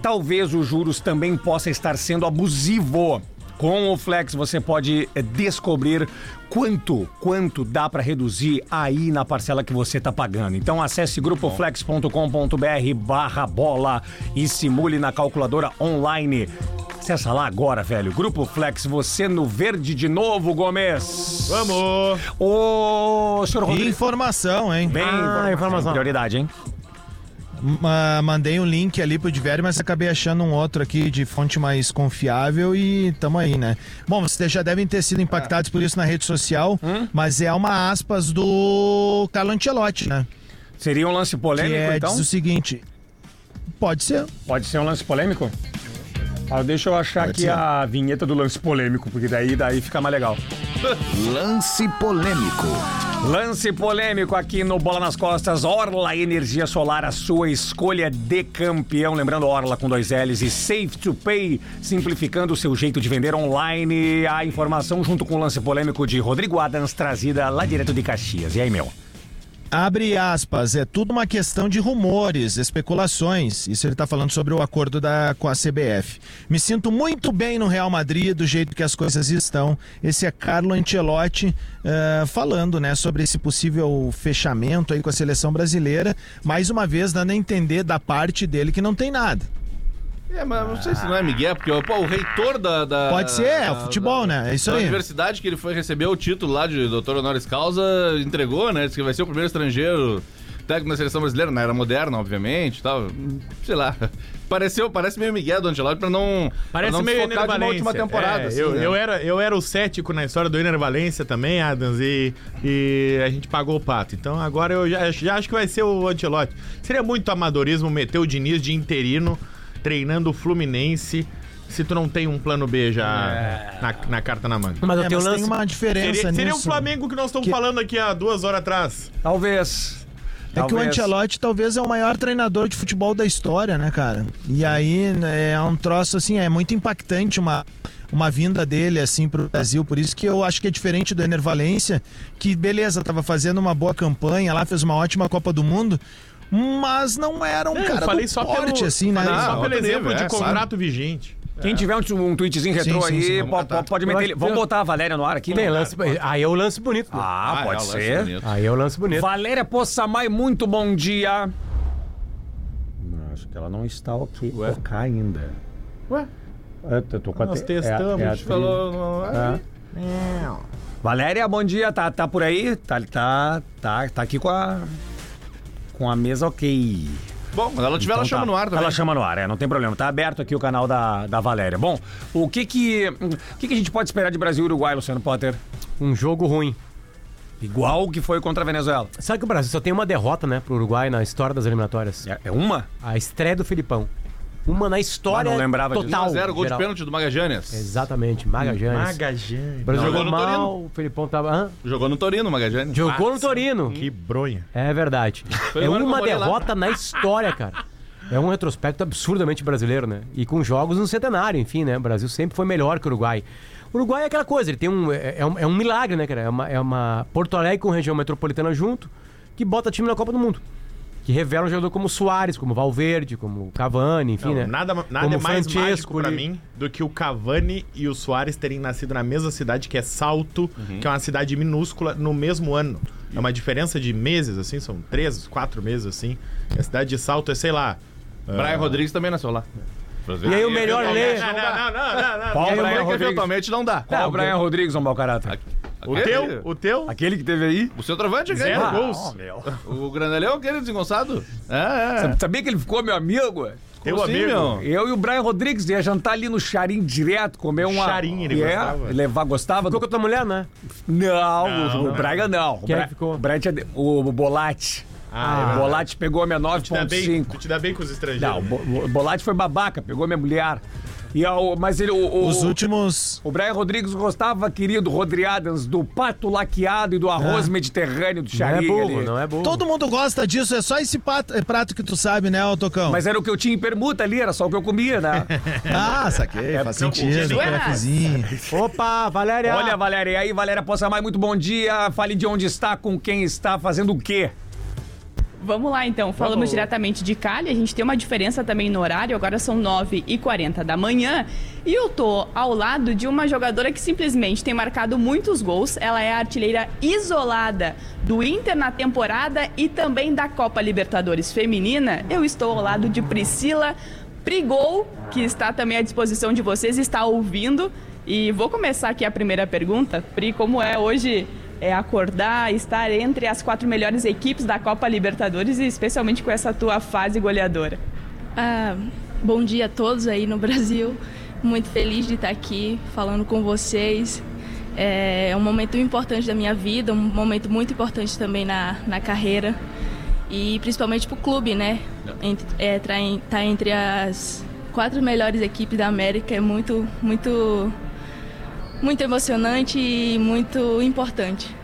Speaker 2: Talvez os juros também possa estar sendo abusivo. Com o Flex você pode eh, descobrir quanto, quanto dá para reduzir aí na parcela que você está pagando. Então acesse grupoflex.com.br barra bola e simule na calculadora online. Acessa lá agora, velho. Grupo Flex, você no verde de novo, Gomes.
Speaker 5: Vamos!
Speaker 2: Ô, senhor Rodrigo.
Speaker 3: Informação, hein?
Speaker 2: Bem,
Speaker 4: Ah, informação.
Speaker 2: Prioridade, hein?
Speaker 3: Ma- mandei um link ali pro Diverio, mas acabei achando um outro aqui de fonte mais confiável e tamo aí, né? Bom, vocês já devem ter sido impactados por isso na rede social,
Speaker 2: Hum?
Speaker 3: mas é uma aspas do Carlo Ancelotti, né?
Speaker 2: Seria um lance
Speaker 3: Que
Speaker 2: polêmico,
Speaker 3: é,
Speaker 2: então?
Speaker 3: diz o seguinte. Pode ser.
Speaker 2: Pode ser um lance polêmico? Ah, deixa eu achar aqui
Speaker 3: ser.
Speaker 2: a vinheta do lance polêmico, porque daí, daí fica mais legal.
Speaker 7: Lance polêmico.
Speaker 2: Lance polêmico aqui no Bola nas Costas. Orla Energia Solar, a sua escolha de campeão. Lembrando, Orla com dois L's e Safe to Pay, simplificando o seu jeito de vender online. A informação junto com o lance polêmico de Rodrigo Adams, trazida lá direto de Caxias. E aí, meu?
Speaker 3: Abre aspas, é tudo uma questão de rumores, especulações. Isso ele está falando sobre o acordo da, com a CBF. Me sinto muito bem no Real Madrid, do jeito que as coisas estão. Esse é Carlo Ancelotti eh, falando né, sobre esse possível fechamento aí com a seleção brasileira. Mais uma vez, dando a entender da parte dele que não tem nada.
Speaker 6: É, mas não sei se não é Miguel, porque pô, o reitor da, da-
Speaker 3: Pode ser, é o
Speaker 6: da-
Speaker 3: futebol, né? É isso
Speaker 6: da
Speaker 3: aí.
Speaker 6: universidade que ele foi receber o título lá de doutor honoris causa, entregou, né? Disse que vai ser o primeiro estrangeiro técnico na seleção brasileira, na era moderna, obviamente, e tal. Sei lá. Pareceu, parece meio Miguel do Angelotti pra não,
Speaker 4: Parece
Speaker 6: pra não
Speaker 4: meio
Speaker 6: desfocar de uma
Speaker 4: Ener
Speaker 6: última
Speaker 4: Valencia.
Speaker 6: temporada.
Speaker 5: É,
Speaker 6: assim,
Speaker 5: eu,
Speaker 6: né?
Speaker 5: eu era, eu era o cético na história do Ener Valência também, Adams, e, e a gente pagou o pato. Então agora eu já, já acho que vai ser o Antelote. Seria muito amadorismo meter o Diniz de interino treinando o Fluminense se tu não tem um plano B já
Speaker 6: É.
Speaker 5: na, na carta na manga.
Speaker 4: Mas eu
Speaker 3: É,
Speaker 4: tenho
Speaker 3: mas
Speaker 4: um lance.
Speaker 3: tem uma diferença
Speaker 5: Seria, seria
Speaker 4: um
Speaker 5: o
Speaker 3: nisso. né?
Speaker 5: Flamengo que nós estamos falando aqui há duas horas atrás.
Speaker 2: Talvez.
Speaker 3: É que o Ancelotti talvez é o maior treinador de futebol da história, né, cara? E aí né, é um troço assim, é muito impactante uma, uma vinda dele assim pro Brasil, por isso que eu acho que é diferente do Ener Valência, que beleza, tava fazendo uma boa campanha lá, fez uma ótima Copa do Mundo, mas não era um
Speaker 5: eu
Speaker 3: cara
Speaker 5: falei
Speaker 3: do
Speaker 5: só
Speaker 3: porte,
Speaker 5: pelo-
Speaker 3: assim, né?
Speaker 5: Só
Speaker 6: Ah,
Speaker 5: pelo
Speaker 6: outro
Speaker 5: exemplo
Speaker 6: nível,
Speaker 5: de
Speaker 6: é,
Speaker 5: contrato vigente.
Speaker 2: Quem tiver um, um tweetzinho retrô
Speaker 3: Sim, sim,
Speaker 2: aí,
Speaker 3: sim,
Speaker 2: po-
Speaker 3: vamos
Speaker 2: po- pode,
Speaker 6: catar.
Speaker 2: meter
Speaker 4: acho
Speaker 2: ele.
Speaker 4: que
Speaker 2: Vamos
Speaker 4: tem-
Speaker 2: botar a Valéria no ar aqui?
Speaker 4: Tem lance. Aí é o lance bonito. né?
Speaker 2: Ah, pode
Speaker 6: é o lance
Speaker 2: ser.
Speaker 6: bonito.
Speaker 4: Aí é o lance bonito.
Speaker 2: Valéria Poçamai, muito bom dia. Acho que ela não está ok, ok ainda.
Speaker 5: Ué?
Speaker 2: Eu tô- tô com a
Speaker 5: Nós
Speaker 2: te- é-
Speaker 5: testamos,
Speaker 2: é a
Speaker 5: a gente
Speaker 2: tri-
Speaker 5: falou.
Speaker 2: é. Valéria, bom dia. Tá, tá por aí? Tá, tá, tá, tá aqui com a. Com a mesa ok.
Speaker 6: Bom, quando ela tiver,
Speaker 2: Então
Speaker 6: ela chama
Speaker 2: tá.
Speaker 6: no ar também.
Speaker 2: Ela chama no ar, é, não tem problema. Tá aberto aqui o canal da, da Valéria. Bom, o que que, o que que a gente pode esperar de Brasil e Uruguai, Luciano Potter?
Speaker 4: Um jogo ruim.
Speaker 2: Igual o que foi contra a Venezuela.
Speaker 4: Sabe que o Brasil só tem uma derrota, né, pro Uruguai na história das eliminatórias?
Speaker 2: É, é uma?
Speaker 4: A estreia do Filipão. Uma na história
Speaker 2: Ah, não lembrava disso.
Speaker 4: total.
Speaker 6: 1x0, Tá gol de
Speaker 4: geral.
Speaker 6: pênalti do Magajanes.
Speaker 4: Exatamente, Magajanes.
Speaker 5: Magajane.
Speaker 4: O Brasil
Speaker 6: Não,
Speaker 4: jogou
Speaker 6: jogou no
Speaker 4: mal,
Speaker 6: Torino. Ah,
Speaker 4: o Felipão tava... hã?
Speaker 6: Jogou no Torino, o Magajanes.
Speaker 4: Jogou no Torino.
Speaker 5: Que bronha.
Speaker 4: É verdade.
Speaker 6: Foi
Speaker 4: é
Speaker 6: o ano que eu
Speaker 4: uma
Speaker 6: morei lá.
Speaker 4: derrota na história, cara. É um retrospecto absurdamente brasileiro, né? E com jogos no centenário, enfim, né? O Brasil sempre foi melhor que o Uruguai. O Uruguai é aquela coisa, ele tem um. É, é um, é um milagre, né, cara? É uma, é uma Porto Alegre com região metropolitana junto, que bota time na Copa do Mundo. Que revela um jogador como Soares, como Valverde, como Cavani, enfim,
Speaker 5: Não,
Speaker 4: né?
Speaker 5: Nada, nada
Speaker 4: Como
Speaker 5: é mais
Speaker 4: Francesco
Speaker 5: mágico pra
Speaker 4: ali.
Speaker 5: mim do que o Cavani e o Soares terem nascido na mesma cidade, que é Salto,
Speaker 4: Uhum.
Speaker 5: que é uma cidade minúscula, no mesmo ano. É uma diferença de meses, assim, são três, quatro meses, assim. E a cidade de Salto é, sei lá...
Speaker 6: Brian Rodrigues também nasceu lá.
Speaker 4: E aí o melhor lei.
Speaker 5: Não, não, não, não, não, não.
Speaker 2: Qual É, o
Speaker 6: E
Speaker 2: Brian
Speaker 6: aí o Mike
Speaker 2: Rodrigues?
Speaker 6: eventualmente não dá.
Speaker 2: Qual o Brian Rodrigues, um mau caráter?
Speaker 5: O teu, o teu...
Speaker 2: Aquele que teve aí?
Speaker 6: O centroavante
Speaker 5: Zero
Speaker 6: ganha.
Speaker 5: gols.
Speaker 2: Oh, meu.
Speaker 6: O Graneleu é aquele desengonçado? É, é.
Speaker 2: Sabia que ele ficou meu amigo?
Speaker 5: Teu
Speaker 6: Como assim,
Speaker 5: amigo.
Speaker 6: meu?
Speaker 2: Eu e o Brian Rodrigues ia jantar ali no Charim direto, comer uma.
Speaker 5: Charim, ele
Speaker 2: é,
Speaker 5: gostava.
Speaker 2: Levar, gostava?
Speaker 4: Ficou
Speaker 2: Do...
Speaker 4: com a tua mulher, né?
Speaker 2: Não,
Speaker 5: Não,
Speaker 2: o,
Speaker 5: não.
Speaker 2: o Braga não.
Speaker 4: Quem
Speaker 2: o
Speaker 4: é que ficou?
Speaker 2: O, Brian tinha... de- o, o Bolatti.
Speaker 5: Ah, é
Speaker 2: o
Speaker 5: verdade.
Speaker 2: Bolatti pegou a minha
Speaker 5: Tu te dá bem-
Speaker 2: 9.5.
Speaker 5: Tu te dá bem com os
Speaker 2: Não,
Speaker 5: estrangeiros.
Speaker 2: o
Speaker 5: né?
Speaker 2: Bo- o Bolatti foi babaca, pegou minha mulher. E ao, mas ele. O, o,
Speaker 3: Os últimos.
Speaker 2: o Brian Rodrigues gostava, querido Rodri Adams, do pato laqueado e do arroz mediterrâneo do
Speaker 4: Não é
Speaker 2: Charim.
Speaker 4: burro,
Speaker 2: ali.
Speaker 4: não é burro.
Speaker 3: Todo mundo gosta disso, é só esse pato- é prato que tu sabe, né, ô Tocão?
Speaker 2: Mas era o que eu tinha em permuta ali, era só o que eu comia, né?
Speaker 3: Ah,
Speaker 2: é,
Speaker 3: saquei, faz um
Speaker 5: porque
Speaker 2: um
Speaker 5: eu-
Speaker 3: sentido,
Speaker 5: eu-
Speaker 3: crepezinho.
Speaker 4: Opa, Valéria!
Speaker 2: Olha, Valéria, e aí, Valéria Possamay, muito bom dia. Fale de onde está, com quem está, fazendo o quê?
Speaker 8: Vamos lá então, falamos diretamente de Cali, a gente tem uma diferença também no horário, agora são 9h40 da manhã. E eu tô ao lado de uma jogadora que simplesmente tem marcado muitos gols. Ela é a artilheira isolada do Inter na temporada e também da Copa Libertadores Feminina. Eu estou ao lado de Priscila Prigol, que está também à disposição de vocês, está ouvindo. E vou começar aqui a primeira pergunta. Pri, como é hoje é acordar, estar entre as quatro melhores equipes da Copa Libertadores e especialmente com essa tua fase goleadora.
Speaker 9: Ah, bom dia a todos aí no Brasil. Muito feliz de estar aqui falando com vocês. É um momento importante da minha vida, um momento muito importante também na, na carreira e principalmente para o clube, né? Estar é, tra- em- tá entre as quatro melhores equipes da América é muito, muito, muito emocionante e muito importante.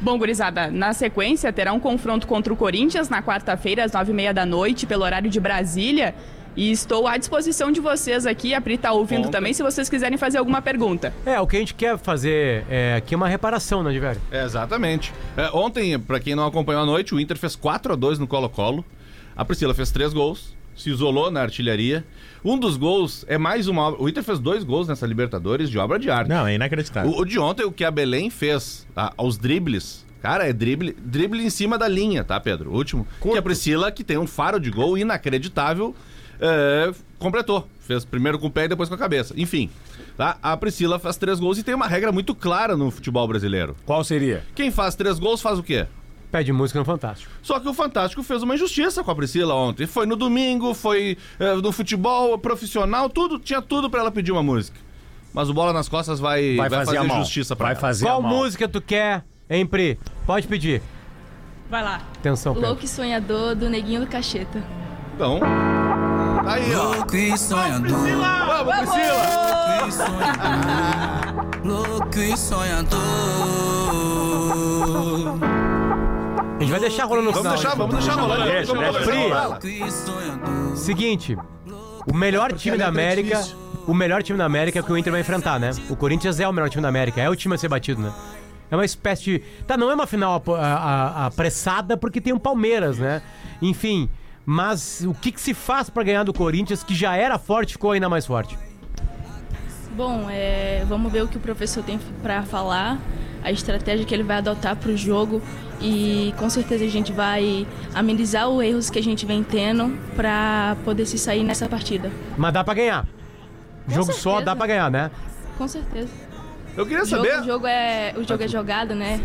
Speaker 8: Bom, gurizada, na sequência terá um confronto contra o Corinthians na quarta-feira, às nove e meia da noite, pelo horário de Brasília. E estou à disposição de vocês aqui. A Pri está ouvindo
Speaker 6: Conta.
Speaker 8: também, se vocês quiserem fazer alguma pergunta.
Speaker 4: É, o que a gente quer fazer é, aqui é uma reparação, né, Diverio?
Speaker 6: É, exatamente. É, ontem, pra quem não acompanhou a noite, o Inter fez 4 a 2 no Colo-Colo. A Priscila fez 3 gols, se isolou na artilharia. Um dos gols é mais uma obra. O Inter fez dois gols nessa Libertadores de obra de arte.
Speaker 5: Não, é inacreditável.
Speaker 6: O, o de ontem, o que a Belém fez a- aos dribles. Cara, é drible, drible em cima da linha, tá, Pedro? O último. Que a Priscila, que tem um faro de gol inacreditável, é, completou. Fez primeiro com o pé e depois com a cabeça. Enfim, tá? a Priscila faz três gols e tem uma regra muito clara no futebol brasileiro.
Speaker 2: Qual seria?
Speaker 6: Quem faz três gols faz o quê?
Speaker 4: Pede música no Fantástico.
Speaker 6: Só que o Fantástico fez uma injustiça com a Priscila ontem. Foi no domingo, foi eh, no futebol profissional, tudo, tinha tudo pra ela pedir uma música. Mas o Bola nas Costas vai, vai fazer,
Speaker 2: a mão.
Speaker 6: justiça pra
Speaker 2: Vai
Speaker 6: ela.
Speaker 2: fazer
Speaker 4: Qual
Speaker 2: a mão.
Speaker 4: música tu quer, hein, Pri? Pode pedir.
Speaker 8: Vai lá.
Speaker 4: Atenção, Pedro.
Speaker 9: Louco e sonhador do Neguinho do Cacheta.
Speaker 6: Então. tá Aí, ó.
Speaker 10: Louco e sonhador,
Speaker 6: Vamos, Priscila!
Speaker 10: louco e sonhador, louco e sonhador.
Speaker 4: A gente vai deixar rolando no
Speaker 6: Vamos
Speaker 4: final,
Speaker 6: deixar,
Speaker 4: então.
Speaker 6: vamos deixar rolando.
Speaker 2: Deixa,
Speaker 6: vamos
Speaker 2: deixa.
Speaker 6: deixar rolar.
Speaker 10: Louco e sonhador.
Speaker 4: Seguinte, o melhor time da
Speaker 5: é
Speaker 4: América, o melhor time da América é o que o Inter vai enfrentar, né? O Corinthians é o melhor time da América, é o time a ser batido, né? É uma espécie de... Tá, não é uma final ap- a- a- apressada porque tem o Palmeiras, né? Enfim, mas o que, que se faz pra ganhar do Corinthians, que já era forte, ficou ainda mais forte?
Speaker 9: Bom, é, vamos ver o que o professor tem para falar, a estratégia que ele vai adotar para o jogo e com certeza a gente vai amenizar os erros que a gente vem tendo para poder se sair nessa partida.
Speaker 4: Mas dá pra ganhar. Jogo só
Speaker 9: certeza.
Speaker 4: dá pra ganhar, né?
Speaker 9: Com certeza.
Speaker 6: Eu queria
Speaker 9: O jogo,
Speaker 6: saber.
Speaker 9: o jogo é o jogo é jogado, né?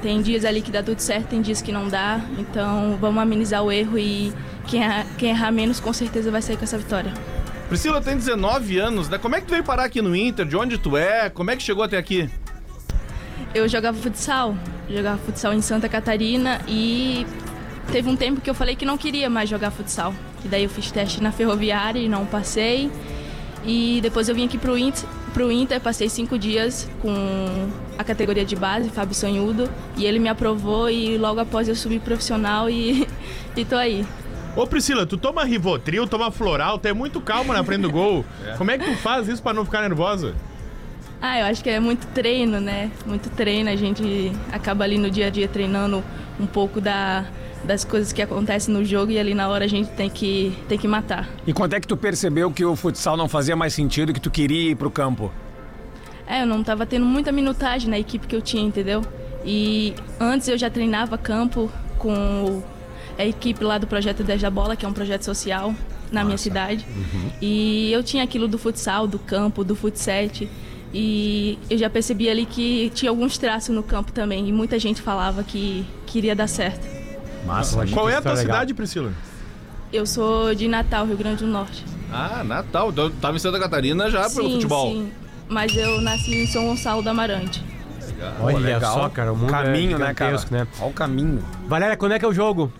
Speaker 9: Tem dias ali que dá tudo certo, tem dias que não dá. Então vamos amenizar o erro e quem errar, quem errar menos com certeza vai sair com essa vitória.
Speaker 6: Priscila tem 19 anos, né? Como é que tu veio parar aqui no Inter? De onde tu é? Como é que chegou até aqui?
Speaker 9: Eu jogava futsal, jogava futsal em Santa Catarina e Teve um tempo que eu falei que não queria mais jogar futsal. E daí eu fiz teste na ferroviária e não passei. E depois eu vim aqui pro Inter, pro Inter passei cinco dias com a categoria de base, Fábio Sonhudo. E ele me aprovou e logo após eu subi profissional e, e tô aí.
Speaker 5: Ô Priscila, tu toma Rivotril, toma Floral, tu é muito calma na frente do gol. Como é que tu faz isso pra não ficar nervosa?
Speaker 9: Ah, eu acho que é muito treino, né? Muito treino. A gente acaba ali no dia a dia treinando um pouco da, das coisas que acontecem no jogo e ali na hora a gente tem que, tem que matar.
Speaker 2: E quando é que tu percebeu que o futsal não fazia mais sentido, que tu queria ir pro campo?
Speaker 9: É, eu não tava tendo muita minutagem na equipe que eu tinha, entendeu? E antes eu já treinava campo com a equipe lá do Projeto 10 da Bola, que é um projeto social na minha cidade.
Speaker 6: Uhum.
Speaker 9: E eu tinha aquilo do futsal, do campo, do futset. E eu já percebi ali que tinha alguns traços no campo também. E muita gente falava que queria dar certo.
Speaker 4: Massa,
Speaker 5: Qual é a tua cidade, Priscila?
Speaker 9: Eu sou de Natal, Rio Grande do Norte.
Speaker 6: Ah, Natal. Então, tava em Santa Catarina já pelo
Speaker 9: sim,
Speaker 6: futebol.
Speaker 9: sim. Mas eu nasci em São Gonçalo do Amarante.
Speaker 4: Olha
Speaker 2: legal.
Speaker 4: É só, cara, o mundo
Speaker 2: Caminho,
Speaker 4: é
Speaker 2: né, cara?
Speaker 4: gigantesco, né?
Speaker 2: Olha o caminho.
Speaker 4: Valéria, quando é que é o jogo?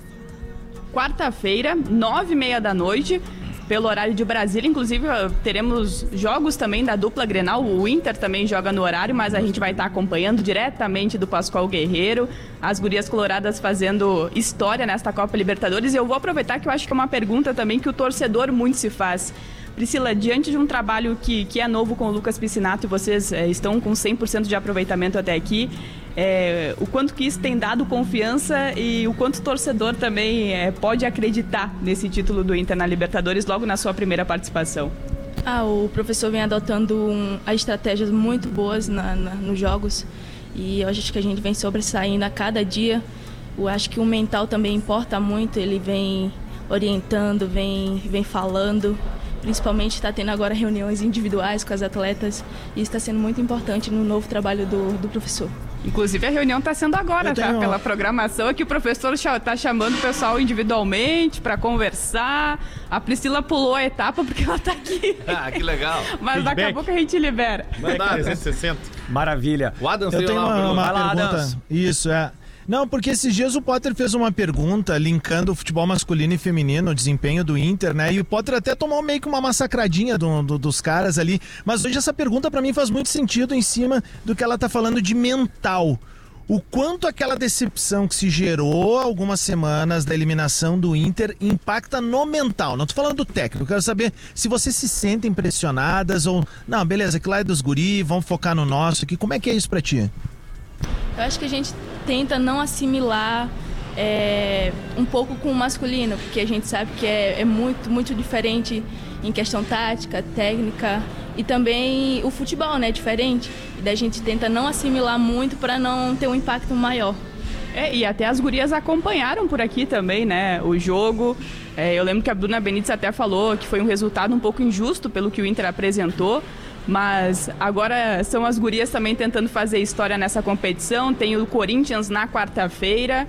Speaker 8: Quarta-feira, nove e meia da noite. Pelo horário de Brasília, inclusive eh, teremos jogos também da dupla Grenal. O Inter também joga no horário, mas a gente vai estar acompanhando diretamente do Pascoal Guerreiro. As gurias coloradas fazendo história nesta Copa Libertadores. E eu vou aproveitar que eu acho que é uma pergunta também que o torcedor muito se faz. Priscila, diante de um trabalho que, que é novo com o Lucas Piscinato e vocês eh, estão com 100% de aproveitamento até aqui, eh, o quanto que isso tem dado confiança e o quanto o torcedor também eh, pode acreditar nesse título do Inter na Libertadores logo na sua primeira participação?
Speaker 9: Ah, o professor vem adotando um, a estratégias muito boas na- na- nos jogos e eu acho que a gente vem sobressaindo a cada dia. Eu acho que o mental também importa muito, ele vem orientando, vem, vem falando. Principalmente está tendo agora reuniões individuais com as atletas e está sendo muito importante no novo trabalho do, do professor.
Speaker 8: Inclusive a reunião está sendo agora,
Speaker 3: Eu
Speaker 8: tá?
Speaker 3: tenho-
Speaker 8: Pela programação aqui o professor está chamando o pessoal individualmente para conversar. Ah, A Priscila pulou a etapa porque ela está aqui.
Speaker 6: Ah, que legal.
Speaker 8: Mas daqui a
Speaker 5: Feedback.
Speaker 8: pouco a gente libera.
Speaker 5: Mandar 360.
Speaker 2: Maravilha.
Speaker 6: O Adam
Speaker 3: Eu
Speaker 6: sei
Speaker 3: tenho
Speaker 6: lá
Speaker 3: uma, uma
Speaker 2: Vai lá,
Speaker 3: pergunta.
Speaker 2: Adams.
Speaker 3: Isso, é. Não, porque esses dias o Potter fez uma pergunta linkando o futebol masculino e feminino, o desempenho do Inter, né? E o Potter até tomou meio que uma massacradinha do- do- dos caras ali. Mas hoje essa pergunta pra mim faz muito sentido em cima do que ela tá falando de mental. O quanto aquela decepção que se gerou há algumas semanas da eliminação do Inter impacta no mental. Não tô falando do técnico, quero saber se vocês se sentem impressionadas ou. Não, beleza, que lá é dos guri, vamos focar no nosso aqui. Como é que é isso pra ti?
Speaker 9: Eu acho que a gente tenta não assimilar é, um pouco com o masculino, porque a gente sabe que é, é muito, muito diferente em questão tática, técnica e também o futebol, né? É diferente. E daí a gente tenta não assimilar muito para não ter um impacto maior.
Speaker 8: É, e até as gurias acompanharam por aqui também, né? O jogo. É, eu lembro que a Bruna Benítez até falou que foi um resultado um pouco injusto pelo que o Inter apresentou. Mas agora são as gurias também tentando fazer história nessa competição. Tem o Corinthians na quarta-feira.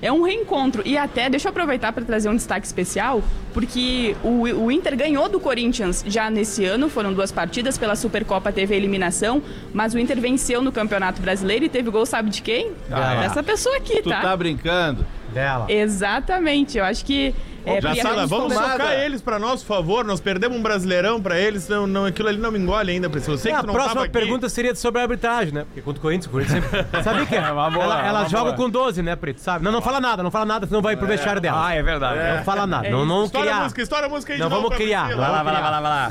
Speaker 8: É um reencontro. E até, deixa eu aproveitar para trazer um destaque especial, porque o, o Inter ganhou do Corinthians já nesse ano, foram duas partidas, pela Supercopa teve a eliminação, mas o Inter venceu no Campeonato Brasileiro e teve gol, sabe de quem?
Speaker 6: Ah,
Speaker 8: Dessa pessoa aqui,
Speaker 6: Tu tá brincando.
Speaker 4: Dela.
Speaker 8: Exatamente, eu acho que. é,
Speaker 5: Já
Speaker 8: Pri,
Speaker 5: sei lá,
Speaker 8: a gente
Speaker 5: vamos
Speaker 8: falou-
Speaker 5: socar eles pra nosso favor. Nós perdemos um brasileirão pra eles. Não, não, aquilo ali não me engole ainda, Priscila. Eu sei
Speaker 4: É,
Speaker 5: que
Speaker 4: a
Speaker 5: tu não
Speaker 4: próxima
Speaker 5: tava aqui.
Speaker 4: pergunta seria sobre a arbitragem, né? Porque contra o Corinthians, o Corinthians sempre. Sabe que é? Uma
Speaker 2: boa,
Speaker 4: ela
Speaker 2: é
Speaker 4: ela
Speaker 2: uma
Speaker 4: joga
Speaker 2: boa.
Speaker 4: com 12, né, Preto? Sabe? Não, não fala nada, não fala nada, senão vai pro vestiário dela.
Speaker 2: Ah, é verdade.
Speaker 4: Não fala nada. não não
Speaker 5: Estoura a
Speaker 4: criar.
Speaker 5: música, estoura a música aí
Speaker 4: Não,
Speaker 5: de novo
Speaker 4: vamos
Speaker 5: pra
Speaker 4: criar.
Speaker 5: Priscila.
Speaker 2: Vai lá, vai lá, vai lá, vai lá.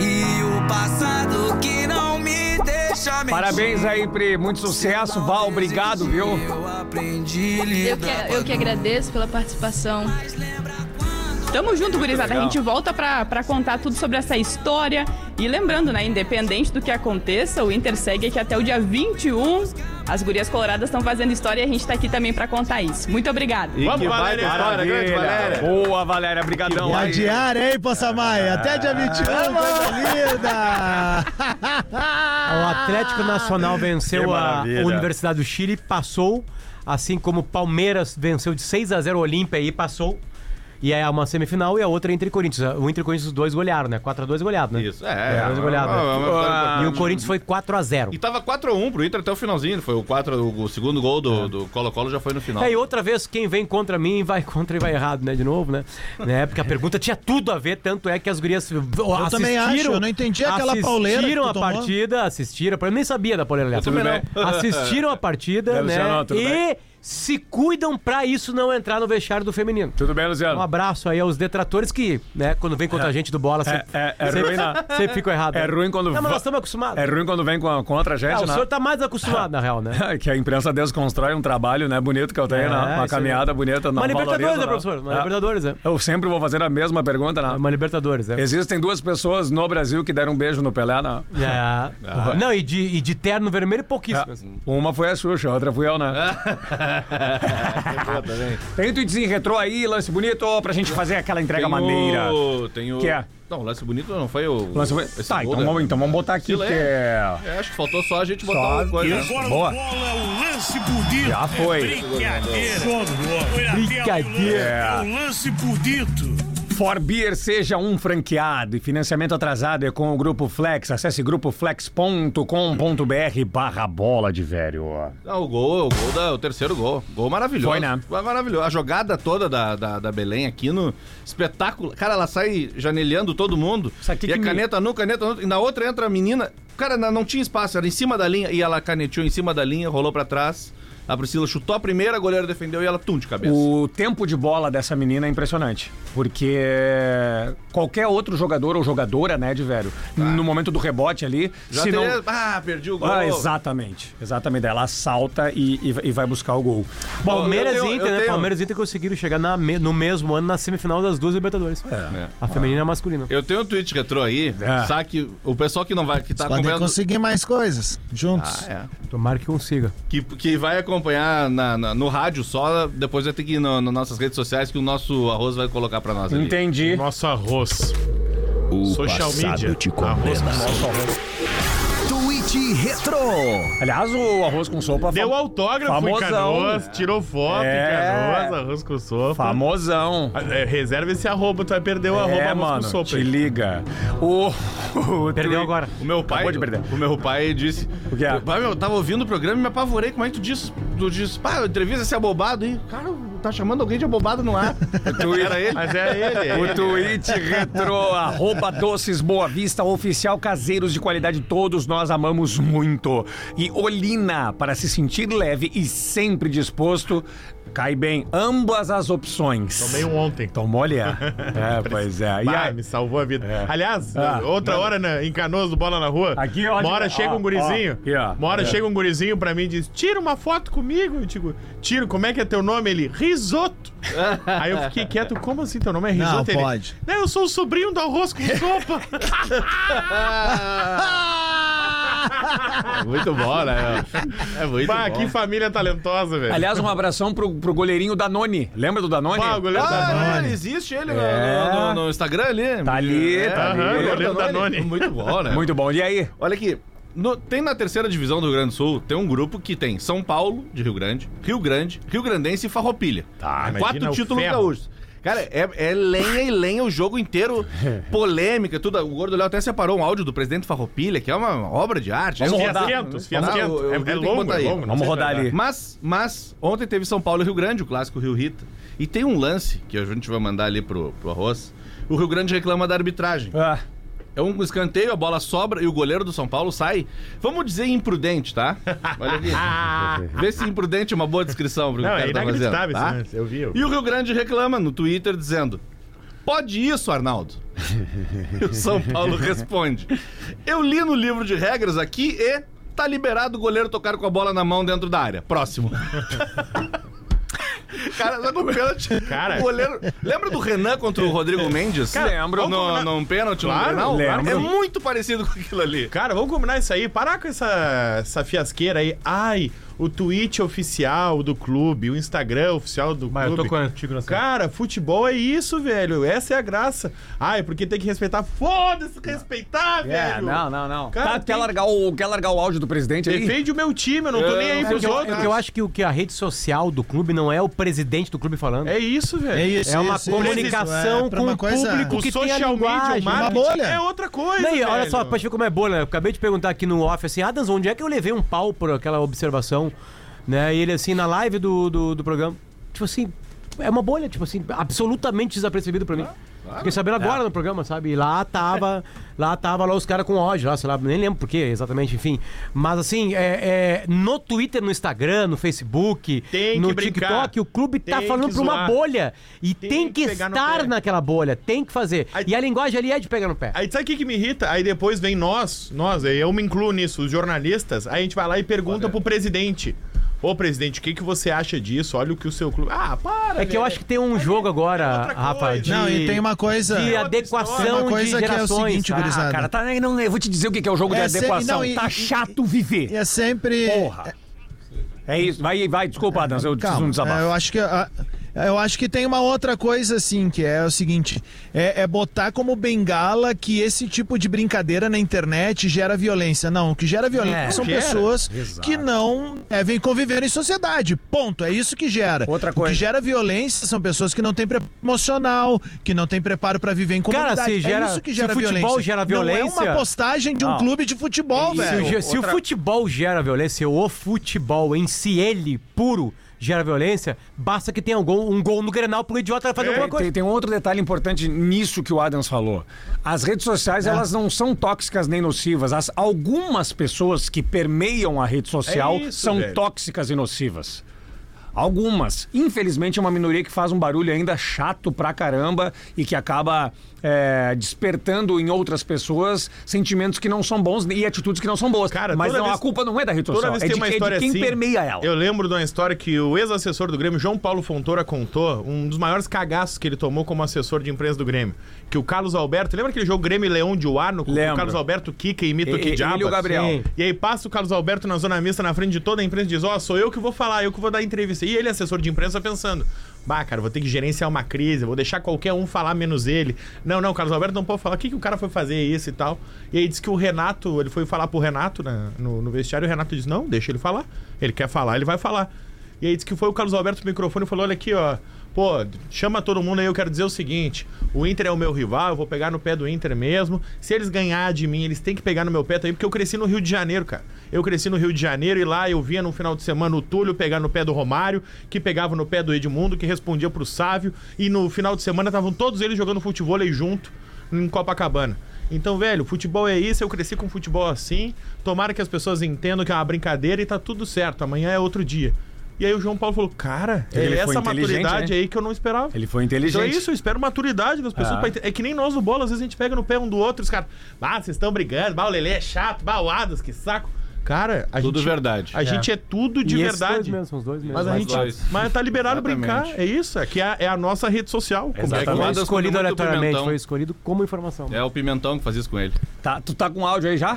Speaker 10: E o passado que não me deixa mentir.
Speaker 2: Parabéns aí, Pri. Muito sucesso. Val, obrigado, viu?
Speaker 10: Eu aprendi a
Speaker 9: Eu
Speaker 10: lidar
Speaker 9: que, eu que agradeço pela participação.
Speaker 8: Tamo junto, gurizada. A gente volta pra, pra contar tudo sobre essa história. E lembrando, né? Independente do que aconteça, o Inter segue aqui até o dia 21. As gurias coloradas estão fazendo história e a gente tá aqui também pra contar isso. Muito obrigada.
Speaker 6: E
Speaker 5: Vamos,
Speaker 6: que
Speaker 5: Valéria,
Speaker 6: baita história, grande Valéria.
Speaker 2: Boa, Valéria. Obrigadão.
Speaker 3: E
Speaker 2: aí.
Speaker 3: adiar, hein, Poçamai? Até dia 21, coisa linda!
Speaker 4: O Atlético Nacional
Speaker 2: Ah. Que
Speaker 4: venceu a
Speaker 2: maravilha.
Speaker 4: Universidade do Chile, e passou, assim como o Palmeiras venceu de 6 a 0 o Olímpia e passou. E aí é uma semifinal e a outra é entre Corinthians. O Inter e o Corinthians os dois golearam, né? 4x2 goleado, né?
Speaker 6: Isso,
Speaker 4: Dois
Speaker 6: é.
Speaker 4: a dois goleado.
Speaker 6: é uma- é uma vitória
Speaker 2: Ah,
Speaker 4: e o
Speaker 6: importante.
Speaker 4: Corinthians foi 4x0.
Speaker 6: E tava 4x1 pro Inter até o finalzinho. Foi o, 4, o o segundo gol
Speaker 5: É.
Speaker 6: do do Colo-Colo já foi no
Speaker 3: Tá.
Speaker 6: final.
Speaker 4: É, e outra vez, quem vem contra mim vai contra e vai errado, né? De novo, né? né? Porque a pergunta tinha tudo a ver, tanto é que as gurias eu
Speaker 3: também acho, eu não entendi aquela pauleira que tu
Speaker 4: Assistiram a
Speaker 3: tomou.
Speaker 4: partida, assistiram. Eu nem sabia da pauleira, aliás.
Speaker 6: Eu também
Speaker 4: Tudo
Speaker 6: não.
Speaker 4: bem. Assistiram a partida,
Speaker 2: Deve
Speaker 4: né?
Speaker 2: ser não, tudo
Speaker 4: e
Speaker 2: bem.
Speaker 4: se cuidam pra isso não entrar no vestiário do feminino.
Speaker 2: Tudo bem, Luciano?
Speaker 4: Um abraço aí aos detratores que, né, quando vem contra a gente do bola, sempre,
Speaker 2: é- é
Speaker 4: sempre,
Speaker 2: ruim, né?
Speaker 4: sempre ficam errados.
Speaker 2: É ruim quando
Speaker 4: Não, mas
Speaker 2: va-
Speaker 4: nós estamos acostumados.
Speaker 2: É ruim quando vem com a, contra a gente,
Speaker 4: Ah, o
Speaker 2: né?
Speaker 4: senhor tá mais acostumado, na real, né?
Speaker 2: que a imprensa desconstrói um trabalho né, bonito que eu tenho,
Speaker 4: É,
Speaker 2: né?
Speaker 4: isso
Speaker 2: Uma
Speaker 4: aí.
Speaker 2: caminhada bonita. Não
Speaker 4: Uma Libertadores,
Speaker 2: valoriza,
Speaker 4: né,
Speaker 2: não.
Speaker 4: professor? Uma
Speaker 2: É.
Speaker 4: Libertadores, né?
Speaker 2: Eu sempre vou fazer a mesma pergunta, né?
Speaker 4: Uma Libertadores, né?
Speaker 2: Existem duas pessoas no Brasil que deram um beijo no Pelé, né?
Speaker 4: É. Não, e de, e de terno vermelho,
Speaker 5: É.
Speaker 4: Assim, pouquíssimas.
Speaker 2: É. Uma foi a Xuxa, a outra fui eu, né? Tem tweetzinho retrô aí, lance bonito, pra gente fazer aquela entrega
Speaker 6: Tem o-
Speaker 2: maneira.
Speaker 6: Tem o...
Speaker 2: Que é?
Speaker 6: Não, o lance bonito não foi o...
Speaker 2: Lance bonito.
Speaker 6: esse
Speaker 2: Tá,
Speaker 6: gol,
Speaker 2: então
Speaker 6: né?
Speaker 2: vamos, então vamos botar aqui,
Speaker 6: Sei lá,
Speaker 2: porque...
Speaker 6: É, acho que faltou só a gente botar uma coisa. né?
Speaker 1: Agora
Speaker 2: Boa.
Speaker 1: o bola é o lance bonito.
Speaker 2: Já foi. É.
Speaker 1: Brincadeira. Foi na tela e o
Speaker 4: Brincadeira.
Speaker 1: lance- O lance bonito.
Speaker 2: For Beer seja um franqueado e financiamento atrasado é com o Grupo Flex. Acesse grupoflex.com.br barra bola de velho.
Speaker 6: Ah, o gol, o gol da, o terceiro gol. Gol maravilhoso.
Speaker 2: Foi, né?
Speaker 6: Gol maravilhoso. A jogada toda da, da, da Belém aqui no espetáculo. Cara, ela sai janelhando todo mundo.
Speaker 2: Isso aqui
Speaker 6: e
Speaker 2: que
Speaker 6: a
Speaker 2: me-
Speaker 6: caneta no, caneta no. E na outra entra a menina. Cara, na- não tinha espaço, era em cima da linha. E ela caneteou em cima da linha, rolou pra trás. A Priscila chutou a primeira, a goleira defendeu e ela tum de cabeça.
Speaker 2: O tempo de bola dessa menina é impressionante. Porque qualquer outro jogador ou jogadora, né, de velho, no momento do rebote ali,
Speaker 6: Tá. Já
Speaker 2: se
Speaker 6: teria-
Speaker 2: não...
Speaker 6: Ah, perdi o gol.
Speaker 2: Ah, exatamente, exatamente. Ela salta e, e- e vai buscar o gol. Bom,
Speaker 4: Palmeiras
Speaker 6: Eu tenho-
Speaker 4: e Inter,
Speaker 6: eu
Speaker 4: né?
Speaker 6: tenho-
Speaker 4: Palmeiras e Inter conseguiram chegar na me- no mesmo ano na semifinal das duas Libertadores.
Speaker 6: É.
Speaker 4: A feminina e a masculina.
Speaker 6: Eu tenho um tweet retrô aí,
Speaker 2: É.
Speaker 6: saque o pessoal que não vai, que tá
Speaker 3: Podem
Speaker 6: acompanhando,
Speaker 3: conseguir mais coisas juntos.
Speaker 6: Ah,
Speaker 4: Tomara que consiga.
Speaker 6: que, que vai acompanhar na- na- no rádio só, depois vai ter que ir na- nas nossas redes sociais que o nosso arroz vai colocar pra nós ali.
Speaker 2: entendi.
Speaker 5: Nosso arroz. Social media. Arroz com
Speaker 7: Twitch Retro.
Speaker 2: Aliás, o arroz com sopa
Speaker 5: Deu
Speaker 2: fa-
Speaker 5: autógrafo
Speaker 2: Famosão.
Speaker 5: em Canoas, tirou foto
Speaker 2: É.
Speaker 5: em Canoas, arroz com sopa.
Speaker 2: famosão.
Speaker 5: Ah, é, Reserva esse arroba, tu vai perder o arroba
Speaker 2: É,
Speaker 5: arroz
Speaker 2: mano,
Speaker 5: com sopa.
Speaker 2: te
Speaker 5: aí.
Speaker 2: liga. O, o
Speaker 4: Perdeu
Speaker 2: Twi-
Speaker 4: agora.
Speaker 6: O meu pai,
Speaker 2: Acabou de perder.
Speaker 6: o meu pai disse,
Speaker 2: O que é?
Speaker 6: pai, meu, eu tava ouvindo o programa e me apavorei, como é que tu disse? Tu disse, pá, entrevista esse abobado aí. Cara, tá chamando alguém de abobado no ar. Era ele.
Speaker 5: Mas é ele. é
Speaker 2: O
Speaker 5: ele.
Speaker 2: tweet retrô, arroba doces Boa Vista, oficial caseiros de qualidade, todos nós amamos muito. E Olina, para se sentir leve e sempre disposto, cai bem ambas as opções.
Speaker 5: Tomei um ontem.
Speaker 2: Tomou ali, é. É, pois é. E
Speaker 5: Bah,
Speaker 2: aí,
Speaker 5: me salvou a vida.
Speaker 2: É.
Speaker 5: Aliás,
Speaker 2: Ah,
Speaker 5: outra hora na- em Canoas do Bola na Rua,
Speaker 2: Aqui, ó,
Speaker 5: uma hora
Speaker 2: ó,
Speaker 5: chega
Speaker 2: ó,
Speaker 5: um gurizinho,
Speaker 2: aqui, ó.
Speaker 5: uma hora
Speaker 2: É.
Speaker 5: chega um gurizinho pra mim e diz, tira uma foto comigo. Eu digo, tiro, como é que é teu nome? Ele, Risoto. Aí eu fiquei quieto, como assim teu nome é
Speaker 3: Não,
Speaker 5: Risoto? Ele,
Speaker 3: pode.
Speaker 5: Não, eu sou o sobrinho do arroz com sopa.
Speaker 6: Muito bom, né? É muito
Speaker 5: bah,
Speaker 6: bom.
Speaker 5: que família talentosa, velho.
Speaker 2: aliás, um abração pro, pro goleirinho Danone. Lembra do Danone?
Speaker 5: Bah, o goleiro da
Speaker 6: Ah,
Speaker 3: Danone.
Speaker 6: ele existe ele no-
Speaker 2: É.
Speaker 6: no, no- no Instagram ali.
Speaker 2: Tá ali, tá ali.
Speaker 5: Aham,
Speaker 6: Goleiro
Speaker 5: goleiro Danone.
Speaker 6: Muito bom, né?
Speaker 2: Muito bom. E aí?
Speaker 6: Olha aqui. no- tem na terceira divisão do Rio Grande do Sul, tem um grupo que tem São Paulo, de Rio Grande, Rio Grande, Rio Grandense e Farroupilha. É
Speaker 5: Tá, imagina
Speaker 6: Quatro
Speaker 5: o
Speaker 6: títulos
Speaker 5: ferro.
Speaker 6: gaúchos. Cara, é, é lenha e lenha o jogo inteiro, polêmica, tudo. O Gordo Léo até separou um áudio do presidente Farroupilha, que é uma obra de arte.
Speaker 2: Vamos
Speaker 6: É um-
Speaker 2: rodar.
Speaker 5: Fiasquentos,
Speaker 6: Vamos-
Speaker 5: fiasquentos.
Speaker 6: eu- eu- eu
Speaker 5: É, é
Speaker 6: tenho que
Speaker 5: longo,
Speaker 6: botar
Speaker 5: é
Speaker 6: aí.
Speaker 5: longo. não
Speaker 2: Vamos
Speaker 5: sei se
Speaker 2: rodar
Speaker 5: vai
Speaker 2: ali.
Speaker 6: Mas, mas, ontem teve São Paulo e Rio Grande, o clássico Rio Rita. E tem um lance, que a gente vai mandar ali pro, pro Arroz. O Rio Grande reclama da arbitragem.
Speaker 2: Ah,
Speaker 6: É um escanteio, a bola sobra e o goleiro do São Paulo sai. Vamos dizer imprudente, tá? Olha aqui. Vê se imprudente é uma boa descrição pro que o
Speaker 5: Não, é
Speaker 6: cara tá fazendo,
Speaker 5: inacreditável
Speaker 6: tá?
Speaker 5: esse lance, eu vi. eu vi.
Speaker 6: E o Rio Grande reclama no Twitter dizendo: Pode isso, Arnaldo? e o São Paulo responde: Eu li no livro de regras aqui e tá liberado o goleiro tocar com a bola na mão dentro da área. Próximo. Cara, sabe o pênalti?
Speaker 5: Cara.
Speaker 6: O goleiro. Lembra do Renan contra o Rodrigo Mendes?
Speaker 2: Cara,
Speaker 6: lembro. No, num pênalti
Speaker 5: Claro,
Speaker 6: no final?
Speaker 2: lembro.
Speaker 6: É muito parecido com aquilo ali.
Speaker 5: Cara, vamos combinar isso aí. Parar com essa, essa fiasqueira aí. Ai, o Twitch oficial do clube, o Instagram oficial do
Speaker 4: Mas eu
Speaker 5: clube.
Speaker 4: tô contigo nessa.
Speaker 5: Cara, futebol é isso, velho. Essa é a graça. Ai, porque tem que respeitar. Foda-se respeitar,
Speaker 2: É,
Speaker 5: velho.
Speaker 2: não, não, não.
Speaker 5: Cara,
Speaker 2: Tá, quer,
Speaker 5: tem-
Speaker 2: largar o, quer largar o áudio do presidente aí?
Speaker 5: Defende o meu time, eu não tô
Speaker 6: É,
Speaker 5: nem aí
Speaker 6: é
Speaker 5: pros
Speaker 4: eu,
Speaker 5: outros.
Speaker 4: eu acho que o que a rede social do clube não é o presidente do clube falando.
Speaker 5: É isso, velho.
Speaker 3: É isso,
Speaker 4: É uma
Speaker 3: isso, isso,
Speaker 4: comunicação
Speaker 3: é, pra
Speaker 4: com
Speaker 3: uma
Speaker 4: o
Speaker 3: coisa-
Speaker 4: público
Speaker 5: O
Speaker 4: que tem a
Speaker 5: social media,
Speaker 4: linguagem.
Speaker 5: o marketing
Speaker 3: bolha.
Speaker 5: é outra coisa,
Speaker 4: Não, e olha
Speaker 5: velho.
Speaker 4: só, pra te ver como é bolha, né? Eu acabei de perguntar aqui no off assim, Adams, onde é que eu levei um pau por aquela observação? Né? E ele assim, na live do, do, do programa, tipo assim, é uma bolha, tipo assim, absolutamente desapercebido pra mim. Fiquei sabendo agora
Speaker 5: É.
Speaker 4: no programa, sabe? E lá tava, lá tava lá os caras com ódio, lá, sei lá, nem lembro porquê exatamente, enfim. Mas assim, é, é, no Twitter, no Instagram, no Facebook,
Speaker 5: Tem que
Speaker 4: no
Speaker 5: brincar.
Speaker 4: TikTok, o clube tá
Speaker 5: Tem
Speaker 4: falando
Speaker 5: que
Speaker 4: pra uma
Speaker 5: zoar.
Speaker 4: bolha. E tem,
Speaker 5: Tem
Speaker 4: que,
Speaker 5: que pegar no
Speaker 4: estar
Speaker 5: pé.
Speaker 4: naquela bolha, tem que fazer.
Speaker 5: Aí-
Speaker 4: E a linguagem ali é de pegar no pé.
Speaker 5: Aí sabe o que, que me irrita? Aí depois vem nós, nós, aí eu me incluo nisso, os jornalistas, aí a gente vai lá e pergunta pro presidente. Ô, presidente, o que, que você acha disso? Olha o que o seu clube. Ah, para!
Speaker 4: É que eu
Speaker 5: velho.
Speaker 4: acho que tem um jogo agora,
Speaker 5: outra
Speaker 4: Rafa,
Speaker 5: coisa.
Speaker 4: é. de,
Speaker 3: Não, e tem uma coisa.
Speaker 4: de
Speaker 5: outra história.
Speaker 4: adequação
Speaker 3: Uma coisa
Speaker 4: de
Speaker 3: que é o
Speaker 4: gerações.
Speaker 3: seguinte,
Speaker 4: tá?
Speaker 3: gurizada.
Speaker 2: Ah, cara, tá, não, eu vou te dizer o que que é o jogo
Speaker 3: É,
Speaker 2: de
Speaker 3: se-
Speaker 2: adequação.
Speaker 3: não, e-
Speaker 2: tá
Speaker 3: e-
Speaker 2: chato viver.
Speaker 3: E é sempre.
Speaker 2: Porra. É isso, vai, vai, desculpa, Adams, eu preciso
Speaker 3: Calma,
Speaker 2: um desabafo.
Speaker 3: é, eu acho que a- eu acho que tem uma outra coisa assim que é o seguinte é, é botar como bengala que esse tipo de brincadeira na internet gera violência não o que gera violência
Speaker 2: É,
Speaker 3: são
Speaker 2: gera.
Speaker 3: pessoas
Speaker 2: Exato.
Speaker 3: que não devem conviver em sociedade ponto é isso que gera
Speaker 2: Outra
Speaker 3: o
Speaker 2: coisa.
Speaker 3: que gera violência são pessoas que não têm preparo emocional que não têm preparo pra viver em comunidade
Speaker 4: se gera-
Speaker 3: é isso que
Speaker 4: se
Speaker 3: gera
Speaker 4: futebol
Speaker 3: violência não
Speaker 4: gera
Speaker 3: é
Speaker 4: violência-
Speaker 3: uma postagem de um
Speaker 2: Não.
Speaker 3: clube de futebol
Speaker 4: Se, o
Speaker 3: velho
Speaker 4: ge- se
Speaker 2: outra-
Speaker 4: o futebol gera violência, ou o futebol em si, ele puro, gera violência, basta que tenha um gol, um gol no Grenal pro idiota
Speaker 5: É,
Speaker 4: fazer alguma coisa.
Speaker 2: Tem, tem um outro detalhe importante nisso que o Adams falou. As redes
Speaker 5: Ah.
Speaker 2: sociais, elas não são tóxicas nem nocivas. As, algumas pessoas que permeiam a rede social
Speaker 5: É isso,
Speaker 2: são
Speaker 5: velho.
Speaker 2: tóxicas e nocivas. Algumas. Infelizmente, é uma minoria que faz um barulho ainda chato pra caramba e que acaba é, despertando em outras pessoas sentimentos que não são bons e atitudes que não são boas.
Speaker 5: Cara,
Speaker 2: Mas
Speaker 5: toda
Speaker 2: não,
Speaker 5: vez-
Speaker 2: a culpa não é da rede
Speaker 5: Toda
Speaker 2: social.
Speaker 5: vez
Speaker 2: é, de,
Speaker 5: que tem uma
Speaker 2: é de
Speaker 5: história
Speaker 2: quem
Speaker 5: assim.
Speaker 2: permeia ela.
Speaker 5: Eu lembro de uma história que o ex-assessor do Grêmio, João Paulo Fontoura, contou um dos maiores cagaços que ele tomou como assessor de imprensa do Grêmio. Que o Carlos Alberto, lembra aquele jogo Grêmio e Leão de Uarno? que O
Speaker 2: Lembro.
Speaker 5: Carlos Alberto Kika imita
Speaker 2: E-
Speaker 5: o
Speaker 2: e-
Speaker 5: Kidjaba.
Speaker 2: ele e o Gabriel.
Speaker 5: Sim. E aí passa o Carlos Alberto na zona mista, na frente de toda a imprensa, e diz: Ó, sou eu que vou falar, eu que vou dar entrevista. E ele, assessor de imprensa, pensando. Bah, cara, vou ter que gerenciar uma crise, vou deixar qualquer um falar menos ele. Não, não, Carlos Alberto não pode falar. O que, que o cara foi fazer isso e tal? E aí disse que o Renato, ele foi falar pro Renato né, no, no vestiário, e o Renato disse: Não, deixa ele falar. Ele quer falar, ele vai falar. E aí disse que foi o Carlos Alberto pro microfone e falou: Olha aqui, ó. Pô, chama todo mundo aí, eu quero dizer o seguinte: o Inter é o meu rival, eu vou pegar no pé do Inter mesmo. Se eles ganhar de mim, eles têm que pegar no meu pé também, porque eu cresci no Rio de Janeiro, cara. Eu cresci no Rio de Janeiro e lá eu via no final de semana o Túlio pegar no pé do Romário, que pegava no pé do Edmundo, que respondia pro Sávio, e no final de semana estavam todos eles jogando futebol aí junto em Copacabana. Então, velho, futebol é isso, eu cresci com futebol assim. Tomara que as pessoas entendam que é uma brincadeira e tá tudo certo, amanhã é outro dia. E aí o João Paulo falou: "Cara, é
Speaker 2: Ele foi
Speaker 5: essa
Speaker 2: inteligente,
Speaker 5: maturidade
Speaker 2: né?
Speaker 5: aí que eu não esperava".
Speaker 2: Ele foi
Speaker 5: Então é
Speaker 2: inteligente.
Speaker 5: isso, eu espero maturidade das pessoas.
Speaker 2: Ah.
Speaker 5: pra ente- É que nem nós o bola, às vezes a gente pega no pé um do outro, os caras, ah, vocês estão brigando, bah, o Lelê é chato, bah, o Adas, que saco. Cara, a
Speaker 6: Tudo
Speaker 5: gente.
Speaker 6: verdade.
Speaker 5: A gente é tudo de
Speaker 4: E esses dois
Speaker 5: verdade.
Speaker 4: mesmo, são os dois mesmo.
Speaker 5: Mas a
Speaker 6: Mais
Speaker 5: gente.
Speaker 6: dois.
Speaker 5: Mas tá liberado brincar.
Speaker 6: Exatamente.
Speaker 5: É isso. É que é, é a nossa rede social. Como
Speaker 6: Exatamente.
Speaker 5: é que
Speaker 4: Foi
Speaker 5: vai?
Speaker 6: Mas-
Speaker 4: escolhido
Speaker 6: Muito
Speaker 4: aleatoriamente,
Speaker 6: pimentão.
Speaker 4: foi escolhido como informação.
Speaker 6: É o pimentão que faz isso com ele.
Speaker 2: Tá, tu tá com áudio aí já?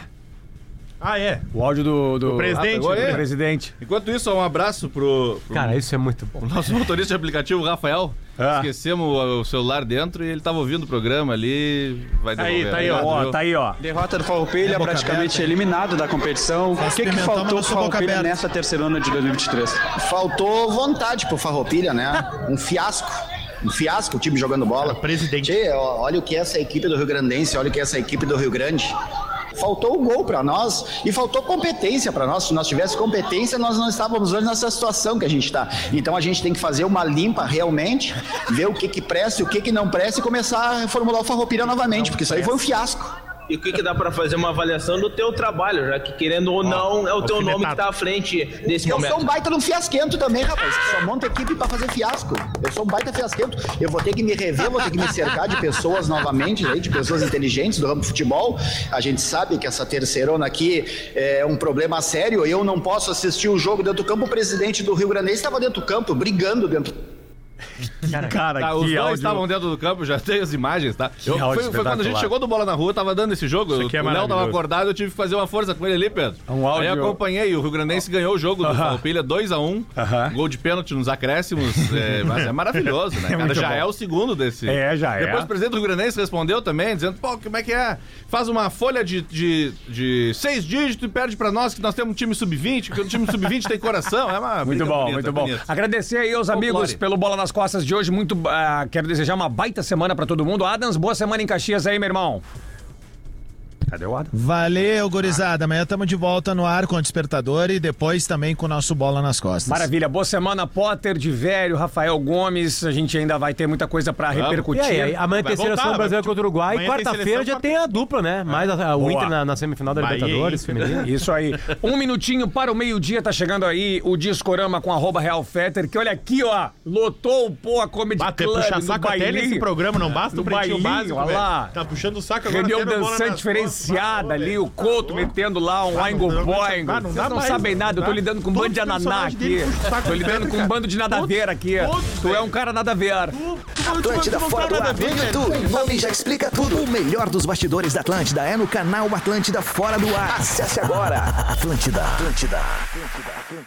Speaker 5: Ah, é.
Speaker 6: um
Speaker 2: O áudio do... Do,
Speaker 5: presidente,
Speaker 2: pegou aí?
Speaker 6: né?
Speaker 2: presidente.
Speaker 6: Enquanto isso, um abraço pro, pro
Speaker 4: Cara, isso é muito bom.
Speaker 5: Tá
Speaker 6: nosso motorista de aplicativo, Rafael.
Speaker 2: Ah.
Speaker 6: Esquecemos o, o celular dentro e ele tava ouvindo o programa ali. Vai devolver.
Speaker 5: tá aí, ó,
Speaker 6: Obrigado,
Speaker 2: Ó,
Speaker 6: viu?
Speaker 2: tá aí, ó.
Speaker 11: Derrota do Farroupilha,
Speaker 3: É
Speaker 11: praticamente eliminado da competição. O que, que
Speaker 3: pimentão, mas
Speaker 11: faltou
Speaker 3: eu
Speaker 11: pro
Speaker 3: sou boca
Speaker 11: Farroupilha
Speaker 3: aberta.
Speaker 11: nessa terceira ano de 2023?
Speaker 7: Faltou vontade pro Farroupilha, né? Um fiasco. Um fiasco o time jogando bola.
Speaker 5: presidente.
Speaker 7: Tchê, ó, olha o que é essa equipe do Rio Grandense, olha o que é essa equipe do Rio Grande. Faltou o gol pra nós e faltou competência pra nós. Se nós tivéssemos competência, nós não estávamos hoje nessa situação que a gente está. Então a gente tem que fazer uma limpa realmente, ver o que que presta e o que que não presta e começar a reformular o Farroupilha novamente, porque isso aí foi um fiasco.
Speaker 12: E o que, que dá para fazer uma avaliação do teu trabalho, já que querendo ou não, é o teu nome que tá à frente desse
Speaker 7: Eu
Speaker 12: momento.
Speaker 7: sou um baita num fiasquento também, rapaz. que Só monta equipe pra fazer fiasco. Eu sou um baita fiasquento. Eu vou ter que me rever, vou ter que me cercar de pessoas novamente, aí, de pessoas inteligentes do ramo do futebol. A gente sabe que essa terceirona aqui é um problema sério. Eu não posso assistir o jogo dentro do campo. O presidente do Rio Grande estava dentro do campo, brigando dentro
Speaker 2: Cara, cara
Speaker 6: Tá,
Speaker 2: que
Speaker 6: os dois
Speaker 2: áudio.
Speaker 6: estavam dentro do campo, já tem as imagens, tá? Eu-
Speaker 2: áudio
Speaker 6: foi, foi quando a gente
Speaker 2: espetacular.
Speaker 6: chegou do Bola na Rua, tava dando esse jogo.
Speaker 2: Isso aqui é
Speaker 6: o Léo tava
Speaker 2: maravilhoso.
Speaker 6: acordado, eu tive que fazer uma força com ele ali, Pedro.
Speaker 2: Um áudio-
Speaker 6: Aí eu acompanhei, o Rio Grandense ganhou o jogo do Palpilha 2x1. Gol de pênalti nos acréscimos. é, mas é maravilhoso, né?
Speaker 2: É
Speaker 6: cara?
Speaker 2: muito
Speaker 6: já
Speaker 2: bom.
Speaker 6: é o segundo desse.
Speaker 2: É, já é.
Speaker 6: Depois o presidente do Rio Grandense respondeu também, dizendo, pô, como é que é? Faz uma folha de, de, de seis dígitos e perde pra nós que nós temos um time sub-20, que o time sub-20 tem coração. É uma
Speaker 2: Muito
Speaker 6: briga
Speaker 2: bom,
Speaker 6: bonita,
Speaker 2: muito bom.
Speaker 6: bonita.
Speaker 2: Agradecer aí aos
Speaker 6: Ô,
Speaker 2: amigos
Speaker 6: Glória.
Speaker 2: pelo Bola nas Costas de hoje. Muito ah, quero desejar uma baita semana pra todo mundo. Adams, boa semana em Caxias aí, meu irmão. Cadê o Adams?
Speaker 3: Valeu, gurizada. Amanhã estamos de volta no ar com o Despertador e depois também com o nosso Bola nas Costas.
Speaker 2: Maravilha, boa semana, Potter de velho, Rafael Gomes. A gente ainda vai ter muita coisa pra repercutir.
Speaker 4: E aí, amanhã tem
Speaker 5: Vai
Speaker 4: seleção
Speaker 5: voltar,
Speaker 4: brasileira
Speaker 5: vai-
Speaker 4: contra o Uruguai.
Speaker 5: amanhã tem
Speaker 4: Quarta-feira
Speaker 5: seleção,
Speaker 4: já
Speaker 5: quarta-
Speaker 4: tem a dupla, né? Mais a, a- o
Speaker 2: Boa.
Speaker 4: Inter na, na semifinal da
Speaker 5: Bahia e
Speaker 4: Libertadores,
Speaker 5: Inter.
Speaker 4: feminina.
Speaker 2: Isso aí. Um minutinho para o meio-dia, tá chegando aí o Discorama com arroba Real Fetter, que olha aqui, ó, lotou o Poa Comedy
Speaker 5: Bater,
Speaker 2: Club
Speaker 5: puxar
Speaker 2: no
Speaker 5: saco até
Speaker 2: bailinho.
Speaker 5: nesse programa, não basta
Speaker 2: No
Speaker 5: o pretinho
Speaker 2: bailinho,
Speaker 5: básico,
Speaker 2: olha
Speaker 5: velho.
Speaker 2: lá.
Speaker 5: Tá puxando o saco agora.
Speaker 2: Reunião
Speaker 5: tendo bola nas
Speaker 2: dançante
Speaker 5: costas,
Speaker 2: diferenciada
Speaker 5: mas, ô,
Speaker 2: ali,
Speaker 5: velho,
Speaker 2: o Couto
Speaker 5: tá louco.
Speaker 2: metendo lá um
Speaker 5: Ah, não,
Speaker 2: Angle
Speaker 5: não, não,
Speaker 2: Boy.
Speaker 5: não dá, não
Speaker 2: Vocês
Speaker 5: dá
Speaker 2: não
Speaker 5: mais, tá?
Speaker 2: sabem
Speaker 5: não
Speaker 2: nada, eu tô
Speaker 5: dá.
Speaker 2: lidando com um
Speaker 5: Todo
Speaker 2: bando de ananá aqui.
Speaker 5: personagem dele puxa o saco
Speaker 2: Tô
Speaker 5: do
Speaker 2: lidando
Speaker 5: Pedro,
Speaker 2: com um
Speaker 5: cara.
Speaker 2: bando de nada a ver aqui.
Speaker 5: todos,
Speaker 2: Tu é
Speaker 5: velho.
Speaker 2: um cara nada a ver.
Speaker 13: Atlântida fora do ar no YouTube. né? Nome já explica tudo. O melhor dos bastidores da Atlântida é no canal Atlântida Fora do Ar. Acesse agora. Atlântida. Atlântida. Atlântida. Atlântida.